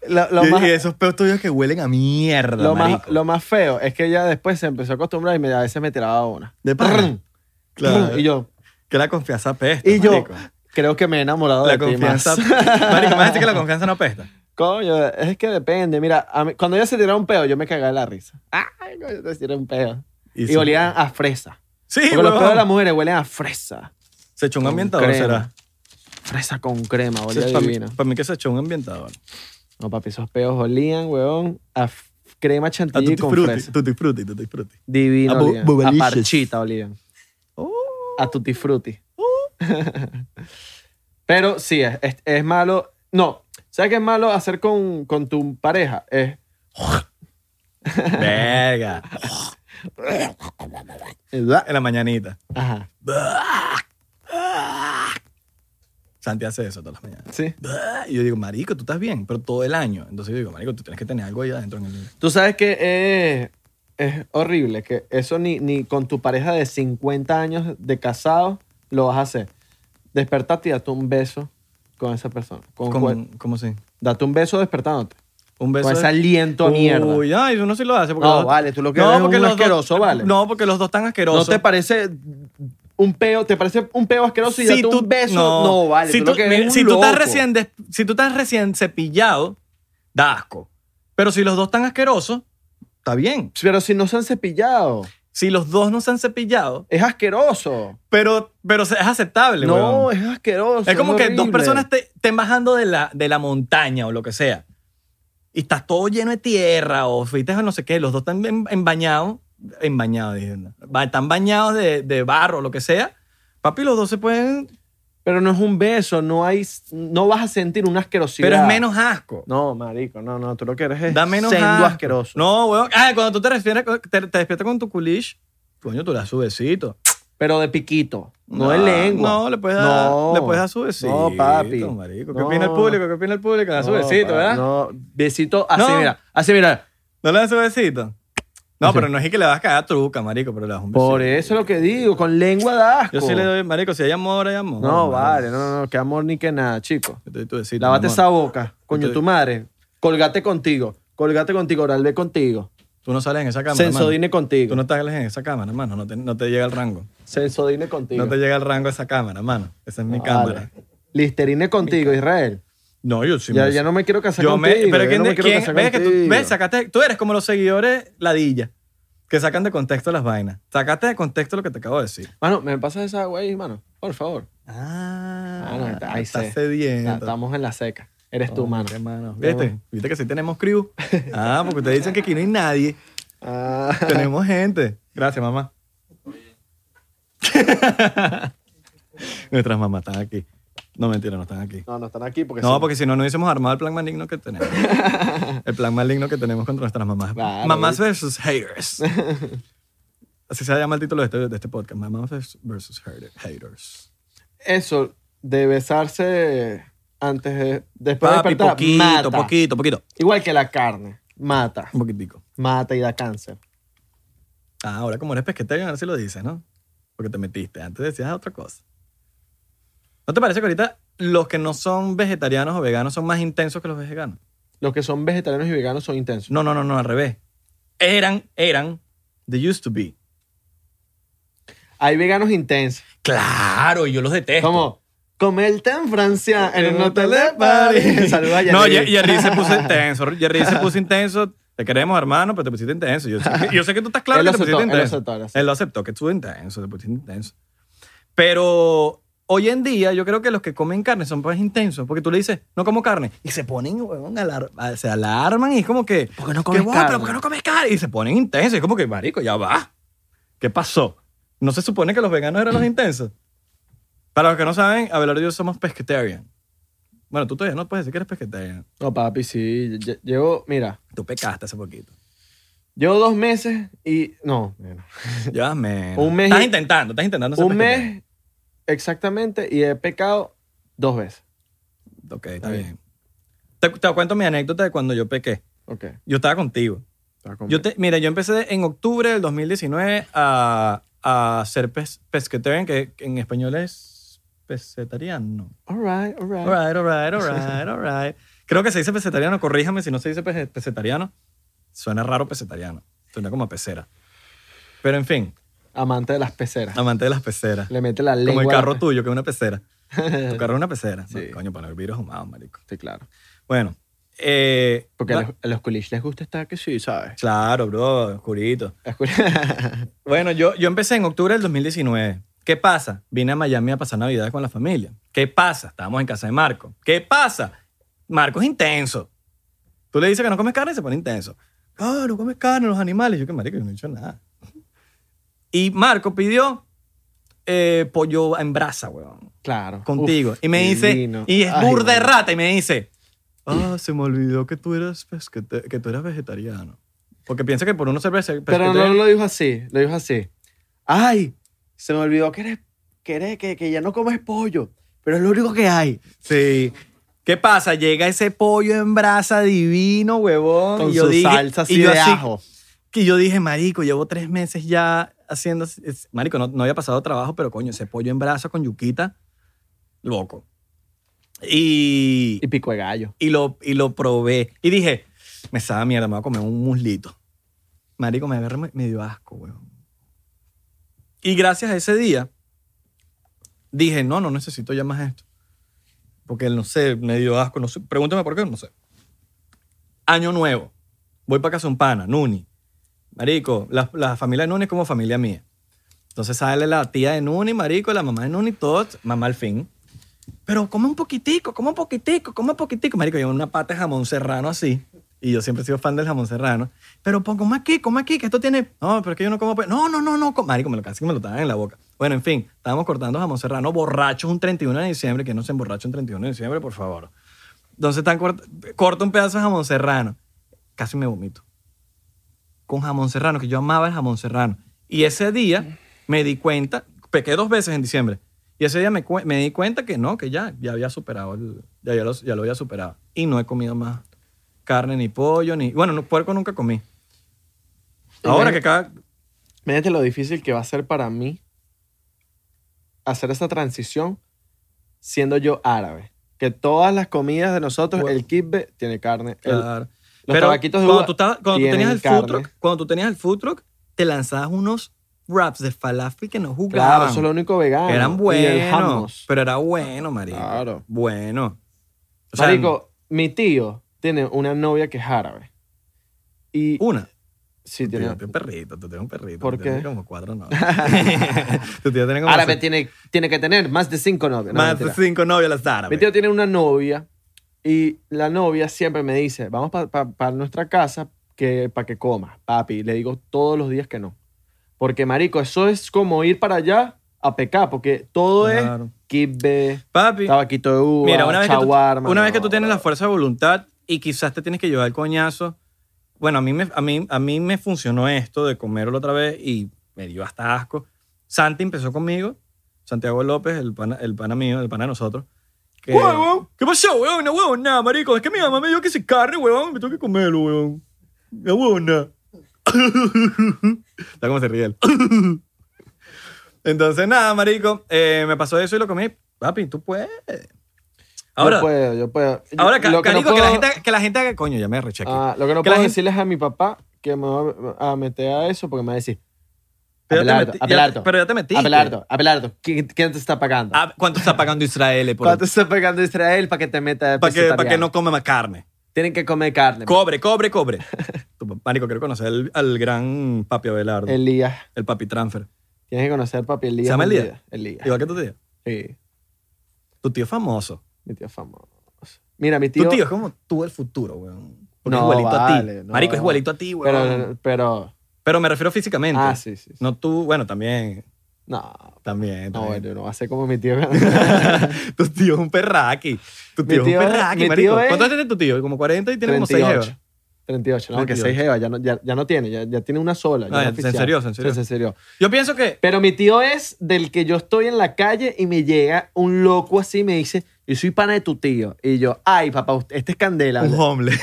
Lo, lo
y,
más,
y esos peos tuyos que huelen a mierda,
lo, más,
marico.
lo más feo es que ella después se empezó a acostumbrar y me, a veces me tiraba una.
De pan. Claro.
Y yo,
que la confianza pesta,
y yo
marico.
creo que me he enamorado
La
de ti
confianza...
más.
marico, imagínate que la confianza no pesta.
Coño, es que depende. Mira, a mí- cuando ella se tiraba un peo, yo me cagaba de la risa. Ay, coño, te tiré un peo. Y,
sí.
olían a fresa.
Sí,
Porque los
huevón.
peos de las mujeres huelen a fresa.
Se echó un
Con
ambientador,
crema.
será.
Fresa con crema,
Se-
olía
para, mí,
divina.
para mí que se echó un ambientador.
No, papi, esos peos olían, weón, a f- crema
A
chantilly
tutti
con
frutti,
fresa.
tutti frutti, tutti frutti.
Divino.
A bu-
olían. a
bubalicious.
parchita olían.
Oh, (laughs)
A tutti frutti. (laughs) Pero sí, es, es- es malo. No, ¿sabes qué es malo hacer con, con tu pareja? Es.
Verga. En la mañanita.
Ajá.
Santi hace eso todas las mañanas.
Sí.
Y yo digo, marico, tú estás bien, pero todo el año. Entonces yo digo, marico, tú tienes que tener algo ahí adentro en el...
Tú sabes que eh, es horrible, que eso ni, ni con tu pareja de 50 años de casado lo vas a hacer. Despertarte y date un beso con esa persona. Con cual-
¿Cómo, cómo sí?
date un beso despertándote.
Un beso...
con ese
de-
aliento a mierda.
Uy, ay, uno sí lo hace. Porque
No,
los dos-
vale, tú lo que eres es un
los dos-
asqueroso, vale.
No, porque los dos están
¿No
asquerosos.
te parece un peo? ¿Te parece un peo asqueroso y date un beso? No, vale.
Si
tú
tú,
lo que eres
mira,
es
si
un
tú estás
loco.
recién des- si tú estás recién cepillado, da asco. Pero si los dos están asquerosos, está bien.
Pero si no se han cepillado,
Si los dos no se han cepillado,
es asqueroso.
pero, pero es aceptable,
No,
weón.
es asqueroso.
Es como que dos
horrible.
personas te, estén bajando de la, de la montaña o lo que sea. Y estás todo lleno de tierra o fuiste a no sé qué. Los dos están en- embañados. Embañados, dije. ¿no? Ba- Están bañados de, de barro o lo que sea. Papi, los dos se pueden...
Pero no es un beso, no hay, no vas a sentir una asquerosidad.
pero es menos asco.
No, marico, no, no, tú lo que eres es
Da menos
sendo
asco.
asqueroso.
No, weón. Ah, cuando tú te, refieres, te, te despiertas con tu culish, coño, tú le das su besito.
Pero de piquito, no, de lengua.
No, le puedes dar,
No.
le puedes dar su besito.
No, papi.
marico. ¿Qué
No.
opina el público? ¿Qué opina el público? Le das su
No,
besito,
pa-
¿verdad? No.
No, besito así,
No.
mira, así, mira.
le das su besito? No,
Así.
pero no es que le vas a cagar truca, marico, pero le das un besito.
Por eso es lo que digo, con lengua da asco.
Yo sí le doy, marico, si hay amor, hay amor. marico.
No, vale, no, no, no, que amor ni que nada, chico.
Yo te doy tu besito.
Lávate
mi amor.
esa boca, coño,
Entonces-
tu madre. Colgate contigo, colgate contigo, oral B contigo.
Tú no sales en esa cámara. hermano.
Sensodine
Tú
contigo.
no estás en esa cámara, hermano. No te, no te llega el rango.
Sensodine contigo.
No te llega el rango esa cámara, hermano. Esa es mi
Vale.
cámara.
Listerine contigo, Israel.
No, yo sí
ya,
me-
ya no me quiero casar
Yo me,
contigo.
pero
ya
¿quién,
no me quiero
quién-
casar
ves que tú,
contigo.
ves, sacaste, tú eres como los seguidores ladilla, que sacan de contexto las vainas. Sacaste de contexto lo que te acabo de decir.
Mano, ¿me pasas esa agua ahí, mano? Por favor.
Ah,
no, está- ahí
estás
sé.
cediendo.
Ya, estamos en la seca. Eres tú,
Oh,
mano.
qué
Qué
¿Viste? ¿Viste que sí tenemos crew? Ah, porque ustedes dicen que aquí no hay nadie.
Ah, (laughs)
Tenemos gente. Gracias, mamá. (laughs) Nuestras mamás están aquí. No, mentira, no están aquí.
no, no están aquí porque...
No,
sí.
porque si no, no hubiésemos armado el plan maligno que tenemos. el plan maligno que tenemos contra nuestras mamás.
Claro,
mamás
¿viste?
versus haters. Así se llama el título de este, de este podcast. Mamás vers- versus hater- haters.
Eso de besarse antes de... Después de
Papi,
despertar,
poquito,
mata.
poquito, poquito.
Igual que la carne. Mata.
Un poquitico.
Mata y da cáncer.
Ah, ahora como eres pesquetero, ahora sí lo dices, ¿no? Porque te metiste. Antes decías otra cosa. ¿No te parece que ahorita los que no son vegetarianos o veganos son más intensos que los veganos?
Los que son vegetarianos y veganos son intensos.
No, no, no, no, al revés. Eran, eran, they used to be.
Hay veganos intensos.
Claro, y yo los detesto.
Como... Comer tan Francia en un hotel de París.
(laughs)
(laughs)
París.
Saluda a
No, Ye-
Yanir.
Jerry se puso intenso. Jerry se
(laughs)
puso intenso. Te queremos, hermano, pero te pusiste intenso. Yo sé que, yo sé que tú estás claro
Él
que
lo
te pusiste
aceptó, él lo
intenso.
aceptó, él lo aceptó.
Él lo aceptó, que estuvo intenso, te pusiste intenso. Pero hoy en día yo creo que los que comen carne son más intensos, porque tú le dices, no como carne, y se ponen, huevón, alar- a- se alarman y es como que,
¿Por qué no
"¿Qué
comes
bobo,
carne?"
pero ¿por qué no comes carne? Y se ponen intensos, y es como que, marico, ya va. ¿Qué pasó? ¿No se supone que los veganos eran los
Mm.
intensos? Para los que no saben, Abelardo y yo somos pescatarian. Bueno, tú todavía no puedes decir que eres pescatarian.
No, papi, sí. lle- Llevo... Mira.
Tú pecaste hace poquito.
Llevo dos meses y... No, bueno.
Ya, menos.
Un mes y-
Estás intentando, estás intentando ser
un
pescatarian.
mes exactamente y he pecado dos veces.
Ok, está
Está bien.
bien. Te, te cuento mi anécdota de cuando yo pequé.
Ok.
Yo estaba contigo. Yo
Yo
te, mira, yo empecé en octubre del 2019 a, a ser pes, pesquetarian, que en español es pesetariano.
All right, all right.
Alright, alright, alright, alright. Creo que se dice pesetariano, corríjame si no se dice pese- pesetariano. Suena raro pesetariano, suena como a pecera. Pero en fin,
Amante de las peceras.
amante de las peceras.
Le mete la lengua.
Como el
a la
carro
pe-
tuyo, que es una pecera.
(laughs)
Tu carro es una pecera. No,
Sí.
coño, para el virus humado, marico.
(laughs) Sí, claro.
Bueno, eh,
Porque
va-
a los, a los culiches les gusta estar que
(laughs)
sí, ¿sabes?
Claro, bro, oscurito.
Las cul-
Bueno, yo, yo empecé en octubre del 2019. ¿Qué pasa? Vine a Miami a pasar Navidad con la familia. ¿Qué pasa? Estábamos en casa de Marco. ¿Qué pasa? Marco es intenso. Tú le dices que no comes carne y se pone intenso. Claro, no comes carne, los animales. Yo que marico, yo no he hecho nada. Y Marco pidió eh, pollo en brasa, weón.
Claro.
Contigo.
Uf,
y me dice,
divino.
y es
Ay,
burda de
bueno.
rata, y me dice, ah, se me olvidó que tú eras, pesque- que tú eras vegetariano. Porque piensa Pues que por uno ser pesque-
Pero
pesquetero-
no lo dijo así, lo dijo así. Ay, se me olvidó que eres, que eres, que, que ya no comes pollo, pero es lo único que hay.
Sí. ¿Qué pasa? Llega ese pollo en brasa divino, huevón.
Con
y yo
su
dije-
salsa así
y yo
de ajo.
Que yo dije, marico, llevo tres meses ya haciendo... es- marico, no, no había pasado trabajo, pero coño, ese pollo en brasa con yuquita, loco. Y,
Y pico de gallo.
y lo, y lo probé. Y dije, me sabe a mierda, me voy a comer un muslito. Marico, me agarré, me, me dio asco, weón. Y gracias a ese día, dije, no, no necesito ya más esto. Porque no sé, me dio asco, no sé. Pregúntame por qué, no sé. Año nuevo. Voy para casa de un pana, Nuni. Marico, la, la familia de Nuni es como familia mía. Entonces sale la tía de Nuni, marico, la mamá de Nuni, todos, mamá al fin. Pero come un poquitico, come un poquitico, come un poquitico. Marico, llevo una pata de jamón serrano así. Y yo siempre he sido fan del jamón serrano. Pero pon, come aquí, come aquí, que esto tiene... No, pero es que yo no como... pues. No, no, no, no. co-". Marico, me lo casi que me lo tragan en la boca. Bueno, en fin, estábamos cortando jamón serrano borrachos un 31 de diciembre. Que no se emborracha un 31 de diciembre, por favor. Entonces tan corta, corto un pedazo de jamón serrano. Casi me vomito. Con jamón serrano, que yo amaba el jamón serrano. Y ese día me di cuenta, pequé dos veces en diciembre. Y ese día me, cu- me di cuenta que no, que ya, ya había superado, el- ya, ya, lo, ya lo había superado. Y no he comido más carne, ni pollo, ni... Bueno, no, puerco nunca comí. Ahora que cada...
Imagínate lo difícil que va a ser para mí hacer esa transición siendo yo árabe. Que todas las comidas de nosotros,
Bueno.
el kibbe tiene carne. el-
Claro.
los
Pero
tabaquitos de
cuando,
uva
tú, estabas- cuando tú
tienen
tenías el food
carne.
truck, cuando tú tenías el food truck, te lanzabas unos wraps de falafel que no
Claro,
jugaban.
eso es lo único vegano.
Eran
Y el
buenos.
hummus.
Pero era bueno, marico.
Claro.
Bueno. O sea,
Marico, mi tío tiene una novia que es árabe. Y
Una.
sí,
Tú
tiene.
tienes un perrito, tú tienes un perrito.
¿Por
tú tienes
qué?
como cuatro no.
(laughs)
tu tío tiene como
árabe
seis-
tiene, tiene que tener más de cinco novias. No,
más de
mentira.
cinco novias las pues.
Mi
árabes.
tío tiene una novia y la novia siempre me dice, vamos para nuestra casa que, para que comas, papi. Le digo todos los días que no. Porque, marico, eso es como ir para allá a pecar, porque todo ¿eh?
Claro.
es kibbe,
Papi,
tabaquito de uva,
mira, una vez, que
shawarma,
tú, una vez que
no,
tú tienes la
bro.
fuerza de voluntad y quizás te tienes que llevar el coñazo. Bueno, a mí me, a mí, a mí me funcionó esto de comerlo otra vez y me dio hasta asco. Santi empezó conmigo, Santiago López, el pana, el pana mío, el pana de nosotros. que-
¡Huevo!
¿Qué pasó, huevón? No, huevón, nada, marico. Es que mi mamá me dio que se carne, huevón. Me tengo que comerlo, huevón. No, huevón, nada. (laughs) Está como se ríe él. (laughs) Entonces, nada, marico. eh, me pasó eso y lo comí. Papi, tú puedes. Ahora,
yo puedo, yo puedo. Yo-
ahora ca-
lo que no
carico, que, la
puedo-
gente, que la gente haga coño, ya me arreché aquí.
Ah, lo que no
Que la
puedo
gente-
decirles a mi papá que me va a meter a eso porque me va a decir.
pero, ya te
Abelardo,
metí- ya te-
Abelardo,
pero ya te metiste.
Abelardo, Abelardo, ¿quién, quién te está pagando?
Ah, ¿Cuánto está pagando Israel? por-
¿Cuánto está pagando Israel para que te meta de
para que, para que
pescetariano?
no come más carne.
Tienen que comer carne.
Cobre, cobre,
(laughs)
cobre. Tu- Marico, quiero conocer al, al gran papi Abelardo. El,
Elías.
papi transfer.
Tienes que conocer papi Elías.
¿Se llama
un
Elías?
día. Elías.
Igual que tu tío.
Sí,
Tu tío es famoso.
mi tío famoso. Mira, mi tío.
Tu tío es como tú del futuro, weón. Porque
No,
es igualito a
vale,
ti.
no.
Marico, es igualito a ti, weón. Pero,
Pero, pero.
me refiero físicamente.
Ah, sí, sí. sí.
No tú, bueno, también.
No,
También.
no,
también.
bueno, no va a ser como mi tío.
(laughs) tu tío es un perraqui. Tu
Mi
tío, es
tío
un
es-
perraqui,
mi
marico.
tío es-
¿Cuánto tiene tu tío? Como 40 y tiene como 6 euros.
38, no, que
38.
6 jevas, ya no, ya, ya no tiene, ya, ya tiene una sola. ya
No,
no
Ah, ya,
oficial.
se enserió, se enserió.
Se enserió.
Yo pienso que.
Pero mi tío es del que yo estoy en la calle y me llega un loco así y me dice, yo soy pana de tu tío. Y yo, ay, papá, usted- este es Candela.
Un hombre.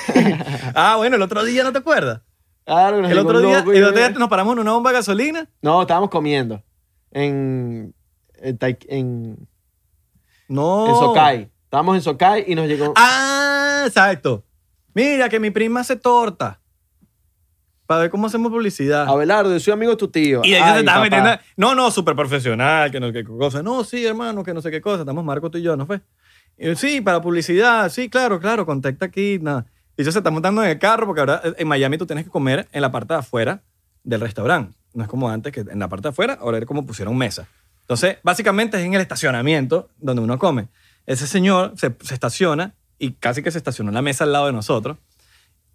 ah, bueno, el otro día, ¿no te acuerdas?
Claro, nos
El
llegó
otro
un
día,
loco y-
el otro día nos paramos en una bomba de gasolina.
No, estábamos comiendo en, en, Tai- en-
No.
en Socay. Estábamos en Socay y nos llegó...
Ah, exacto. Mira, que mi prima hace torta. Para ver cómo hacemos publicidad.
Abelardo, yo soy amigo de tu tío.
Y ella
Ay,
se estaba
papá. (laughs)
metiendo. No, no, súper profesional, que no sé qué cosa. No, sí, hermano, que no sé qué cosa. Estamos Marco, tú y yo, ¿no fue? Y yo, sí, para publicidad, sí, claro, claro, contacta aquí, nada. Y ella se está montando en el carro porque ahora eh, en Miami tú tienes que comer en la parte de afuera del restaurante. No es como antes, que en la parte de afuera, ahora es como pusieron mesa. Entonces, básicamente es en el estacionamiento donde uno come. Ese señor se, se estaciona y casi que se estacionó en la mesa al lado de nosotros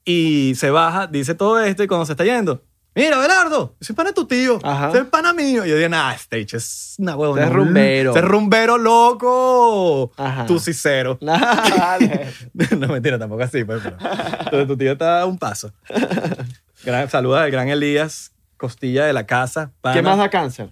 y se baja, dice todo esto y cuando se está yendo, mira, Belardo, ese es pana tu tío,
Ajá.
ese es pana mío. Y yo digo, nah, este bicho es una huevona.
Ese es rumbero.
Ese es rumbero loco.
Ajá.
Tú sí cero.
Dale.
(laughs) no, mentira, tampoco así. Pues, pero- pero tu tío está a un paso. Gran, saluda al gran Elías, costilla de la casa. pana.
¿Qué más da cáncer?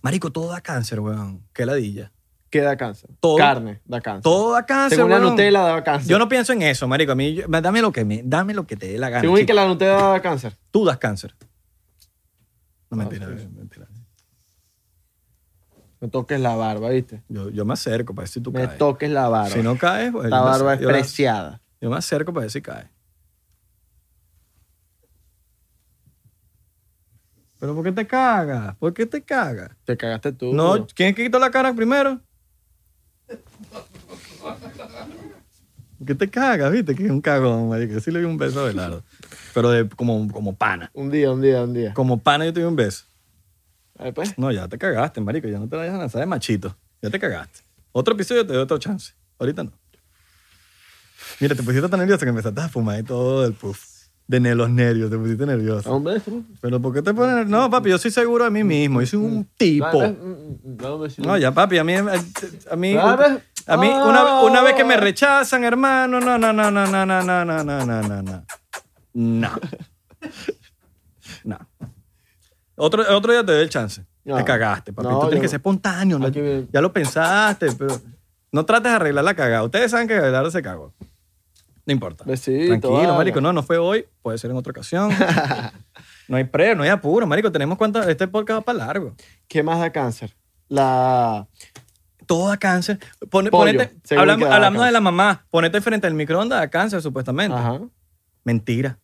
Marico, todo da cáncer, weón. Qué ladilla.
¿Qué da cáncer?
Todo.
Carne da cáncer.
Todo da cáncer,
Según la
weón.
Nutella da cáncer.
Yo no pienso en eso, marico. A mí, yo- dame lo que me, dame lo que te dé la gana.
Según
chico.
que la Nutella da cáncer.
Tú das cáncer. No,
Ah,
mentira,
sí.
mentira.
No toques la barba, ¿viste?
Yo, yo me acerco para ver si tú
Me
caes.
toques la barba.
Si no caes, pues,
la
yo me
barba es
acerco- yo la-
preciada.
Yo me acerco para ver si caes. ¿Pero por qué te cagas? ¿Por qué te cagas?
Te cagaste tú.
No, ¿quién es que quitó la cara primero? ¿Por qué te cagas, viste? Que es un cagón, marico. Yo sí le di un beso a Belardo. Pero de, como, como pana.
Un día, un día, un día.
Como pana yo te di un beso.
A ver, pues.
No, ya te cagaste, marico. Ya no te vayas a lanzar de machito. Ya te cagaste. Otro episodio te doy otra chance. Ahorita no. Mira, te pusiste tan nervioso que empezaste a fumar y todo el puff. De ne- los nervios, te pusiste nervioso.
Hombre, tú.
Pero ¿por qué te pones nervioso? No, papi, yo soy seguro de mí mismo. Yo soy un
pues.
tipo.
Mm,
No, ya, papi, a mí... A mí, a mí una,
Oh.
una vez que me rechazan, hermano, no, no, no, no, no, no, no, no, no, no, no, no. No. No. Otro, otro día te doy el chance.
No.
Te cagaste, papi.
Ah. No,
Tú tienes
yo-
que ser espontáneo. ¿no?
Aquí viene.
Ya lo pensaste, pero no trates de arreglar la cagada. Ustedes saben que Abelardo se cagó. No importa.
Besito,
Tranquilo,
vale.
marico. No, no fue hoy. Puede ser en otra ocasión.
(laughs)
no hay pre, no hay apuro, marico. Tenemos cuántas... Este podcast va para largo.
¿Qué más da cáncer? La.
todo da cáncer. Pone-
Pollo,
ponete-
según
hablam-
que da
hablamos de
cáncer.
la mamá, ponete frente al microondas da cáncer, supuestamente.
Ajá.
Mentira.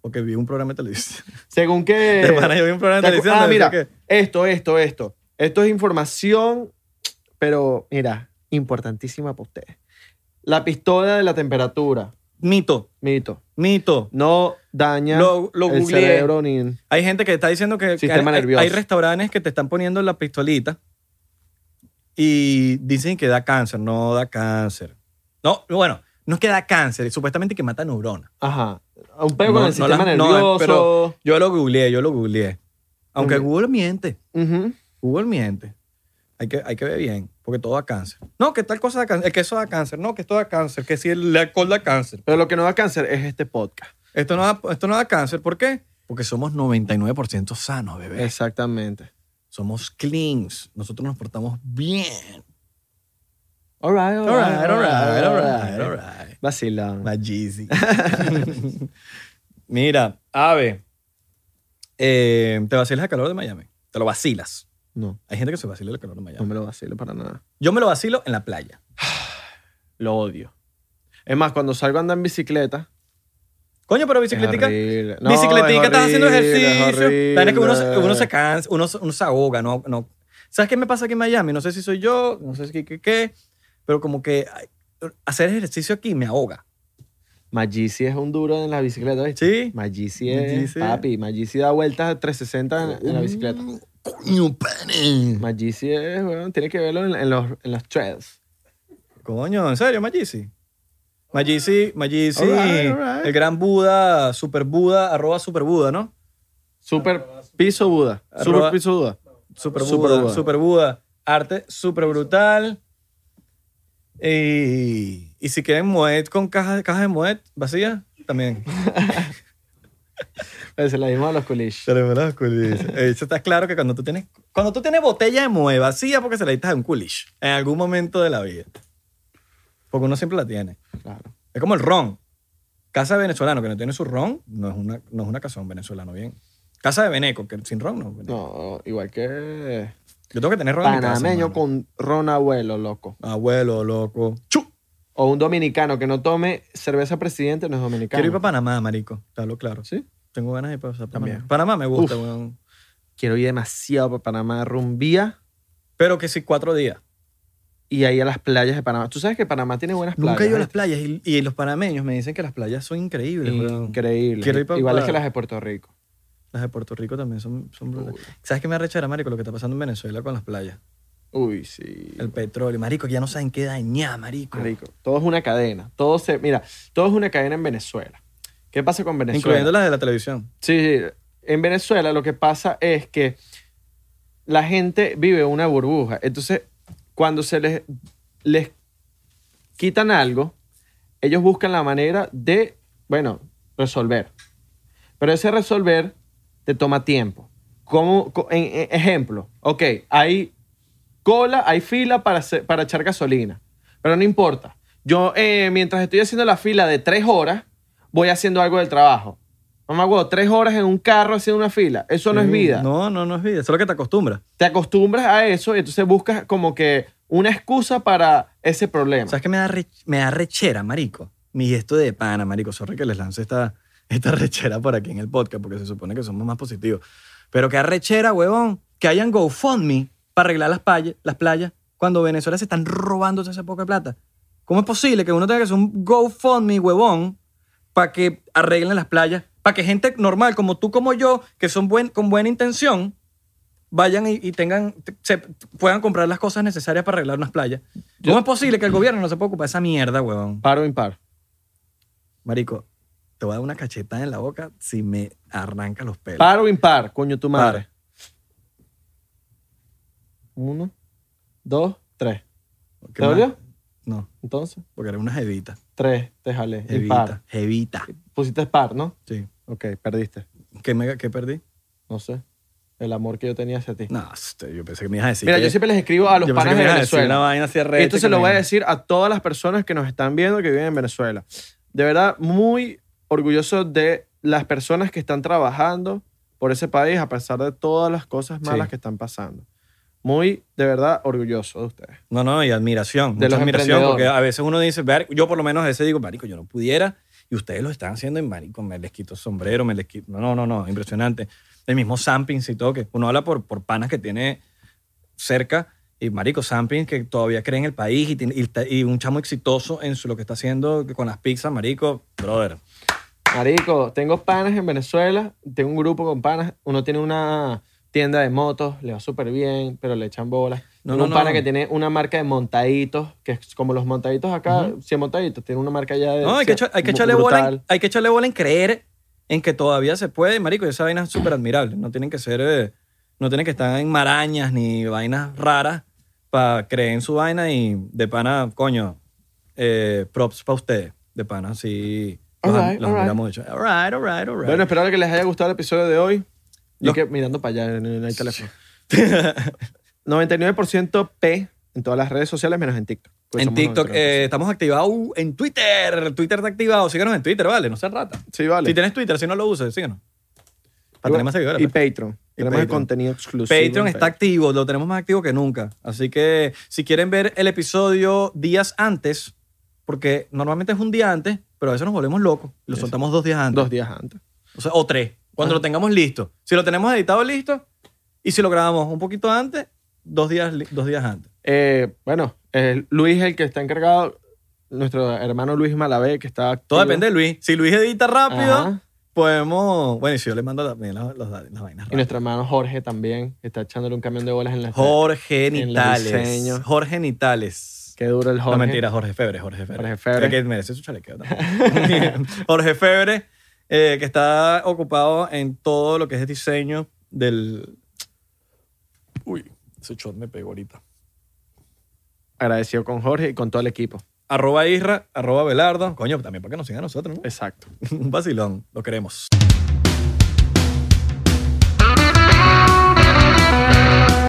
Porque vi un programa de televisión.
Según que.
De pana, yo vi un programa de
¿Te acu-
televisión.
Ah,
donde
mira,
decía que-
esto, esto, esto. Esto es información, pero mira, importantísima para ustedes. La pistola de la temperatura,
Mito,
mito,
mito.
no daña
Lo, lo
el
googleé.
cerebro ni...
Hay gente que está diciendo que, que
Sistema
hay,
nervioso.
hay restaurantes que te están poniendo la pistolita y dicen que da cáncer. No da cáncer. No, bueno, no es que da cáncer, supuestamente que mata neuronas.
Ajá. Un pego
No,
con el
no
sistema
la- no, eh,
nervioso.
pero- Yo lo googleé, yo lo googleé. Aunque
Muy bien.
Google miente.
Ujú.
Google miente. Hay que, hay que ver bien, porque todo da cáncer. No, que tal cosa da cáncer, el queso da cáncer, no, que esto da cáncer, que si el alcohol da cáncer.
Pero lo que no da cáncer es este podcast.
Esto no da, esto no da cáncer, ¿por qué? Porque somos 99% sanos, bebé.
Exactamente.
Somos cleans. Nosotros nos portamos bien.
All right,
All right,
all right,
all right, all right, all right.
Vacilón.
My (laughs) Jeezy. Mira, Ave, eh, te vacilas el calor de Miami. Te lo vacilas.
No,
Hay gente que se vacila el calor de
no
Miami.
me lo vacilo para nada.
Yo me lo vacilo en la playa.
Lo odio. Es más, cuando salgo a andar en bicicleta,
Coño, pero bicicletica.
Bicicletica.
bicicletica, estás haciendo ejercicio. La verdad es que uno, se- uno se cansa, uno, se- uno se ahoga, no, no. ¿Sabes qué me pasa aquí en Miami? No sé si soy yo, no sé si qué, qué, qué, pero como que ay, hacer ejercicio aquí me ahoga.
Magisi es un duro en la bicicleta, ¿viste?
¿Sí?
Magisi es,
Magisi.
papi, Magisi da vueltas a 360 en, en la bicicleta.
Mm, Coño, pane.
Magisi es, bueno, tiene que verlo en, en los, en los trails.
Coño, ¿en serio, Magisi? Magisi, Magisi,
Alright, alright.
el gran Buda, super Buda, arroba super Buda, ¿no?
Super piso Buda.
Arroba-
Super piso Buda.
Super
Super
Buda,
Buda.
Super Buda. Arte súper brutal. Y, y si quieren Moet con cajas caja de Moet vacías, (laughs) también.
Se la dimos a los coolish.
Se le fue la culish. Eh, Eso está claro que cuando tú tienes, cuando tú tienes botella de Moet vacía porque se la diste a un culish en algún momento de la vida. Porque uno siempre la tiene.
Claro.
Es como el ron. Casa de venezolano que no tiene su ron, no es una, no es una casa de un venezolano bien. Casa de veneco, que sin ron no. es veneco.
No, igual que
Yo tengo que tener ron en mi casa,
panameño
mano.
con ron abuelo, loco.
Abuelo, loco. ¡Chu!
O un dominicano que no tome cerveza presidente no es dominicano.
Quiero ir para Panamá, marico. Te hablo claro.
¿Sí?
Tengo ganas de pasar por
También.
Panamá. Panamá me gusta, weón.
Quiero ir demasiado para Panamá, rumbía
Pero que sí, cuatro días.
y ahí a las playas de Panamá. Tú sabes que Panamá tiene buenas playas.
Nunca he ido a
¿eh?
las playas y, y los panameños me dicen que las playas son increíbles, weón.
Increíble.
Quiero ir pa-
Igual es
pa-
que las de Puerto Rico.
Las de Puerto Rico también son, son brutales. ¿Sabes qué me arrechará, marico? Lo que está pasando en Venezuela con las playas.
Uy, sí.
El petróleo, marico, que ya no saben qué dañar, marico.
Rico. Todo es una cadena. Todo se, mira, todo es una cadena en Venezuela. ¿Qué pasa con Venezuela?
Incluyendo las de la televisión.
Sí, sí. En Venezuela lo que pasa es que la gente vive una burbuja. Entonces, cuando se les, les quitan algo, ellos buscan la manera de, bueno, resolver. Pero ese resolver te toma tiempo. Como, co- en- en- ejemplo, ok, hay cola, hay fila para, hacer- para echar gasolina. Pero no importa. Yo, eh, mientras estoy haciendo la fila de tres horas, voy haciendo algo del trabajo. Mamá, huevo, tres horas en un carro haciendo una fila. Eso no es
Sí.
vida.
No, no, no es vida. Eso es lo que te acostumbras.
Te acostumbras a eso y entonces buscas como que una excusa para ese problema.
¿Sabes qué me da, re- me da rechera, marico? Mi gesto de pana, marico. Sorry que les lance esta, esta (laughs) rechera por aquí en el podcast, porque se supone que somos más positivos. Pero qué rechera, huevón, que hayan GoFundMe para arreglar las, payas- las playas cuando Venezuela se están robando toda esa poca plata. ¿Cómo es posible que uno tenga que hacer un GoFundMe, huevón, para que arreglen las playas? Para que gente normal como tú, como yo, que son buen, con buena intención, vayan y, y tengan, se, puedan comprar las cosas necesarias para arreglar unas playas.
Yo-
¿Cómo es posible que el gobierno no se pueda ocupar de esa mierda, huevón?
Paro o impar.
Marico, te voy a dar una cachetada en la boca si me arranca los pelos.
Paro o impar, coño tu madre. Uno, dos, tres.
¿Qué
¿Te
más?
dolió?
No,
Entonces,
porque era una jevita.
tres, te jalé. Impar.
Jevita. Jevita.
Pusiste par, ¿no?
Sí.
Ok, perdiste.
¿Qué, me, qué perdí?
No sé. El amor que yo tenía hacia ti.
No, este, yo pensé que me ibas a decir.
Mira,
que-
yo siempre les escribo a los
yo pensé
panas
que
de
me ibas a decir Una
Venezuela.
vaina así arrecha
Esto se
que
lo
me-
voy a decir a todas las personas que nos están viendo que viven en Venezuela. De verdad, muy orgulloso de las personas que están trabajando por ese país a pesar de todas las cosas malas
Sí.
que están pasando. Muy, de verdad, orgulloso de ustedes.
No, no, y admiración.
De
mucha
los
admiración, porque
emprendedores.
a veces uno dice, ver, yo por lo menos a veces digo, marico, yo no pudiera, y ustedes lo están haciendo, y marico, me les quito el sombrero, me les quito... No, no, no, no, impresionante. El mismo Sampins y todo, que uno habla por, por panas que tiene cerca, y marico, Sampins que todavía cree en el país, y, tiene- y está- y un chamo exitoso en su- lo que está haciendo con las pizzas, marico, brother.
Marico, tengo panas en Venezuela, tengo un grupo con panas, uno tiene una tienda de motos, le va súper bien, pero le echan bolas.
No,
Tengo
no,
un
no.
pana que tiene una marca de montaditos, que es como los montaditos acá, 100 montaditos, tiene una marca ya de...
No, hay que, echa- hay que echarle bola
Eh, brutal.
en, hay que echarle bola en creer en que todavía se puede, marico, y esa vaina es súper admirable. No tienen que ser, eh, no tienen que estar en marañas ni vainas raras para creer en su vaina y de pana, coño, eh, props para ustedes, de pana, sí. Los,
Alright,
los
alright.
admiramos mucho. Alright, alright, alright.
Bueno, espero que les haya gustado el episodio de hoy. Yo
Los-
que mirando para allá en en el teléfono. 99% P en todas las redes sociales, menos en TikTok. Pues
en
somos
TikTok
99%.
eh, estamos activados en Twitter. Twitter está activado. Síganos en Twitter, vale, no seas rata.
sí, vale.
Si tienes Twitter, si no lo usas, síganos. Para
Y
tener más seguidores.
Y
pues.
Patreon. Tenemos el
Patreon.
contenido exclusivo.
Patreon
en
está activo, lo tenemos más activo que nunca. Así que si quieren ver el episodio días antes, porque normalmente es un día antes, pero a veces nos volvemos locos y lo
Sí.
soltamos dos días antes.
Dos días antes.
O, sea, o tres, cuando
Ah.
lo tengamos listo. Si lo tenemos editado listo y si lo grabamos un poquito antes, dos días, li- dos días antes.
Eh, bueno, eh, Luis es el que está encargado. Nuestro hermano Luis Malavé, que está.
Todo
activo.
depende de Luis. Si Luis edita rápido,
Ajá.
podemos... Bueno, y si yo le mando también las, las- las vainas
Y
rápidas.
nuestro hermano Jorge también está echándole un camión de bolas en la.
Jorge
En los
Nitales.
diseños.
Jorge Nitales.
Qué duro el Jorge.
No, mentira, Jorge Febre, Jorge Febre.
Jorge Febre.
Es que merece su chalequeo también. (laughs) Jorge Febre, eh, que está ocupado en todo lo que es diseño del... Uy, ese shot me pegó ahorita.
Agradecido con Jorge y con todo el equipo.
pues Arroba Isra, arroba Belardo. Coño, también para que nos sigan a nosotros, ¿no? (laughs)
Exacto.
Un vacilón, lo queremos.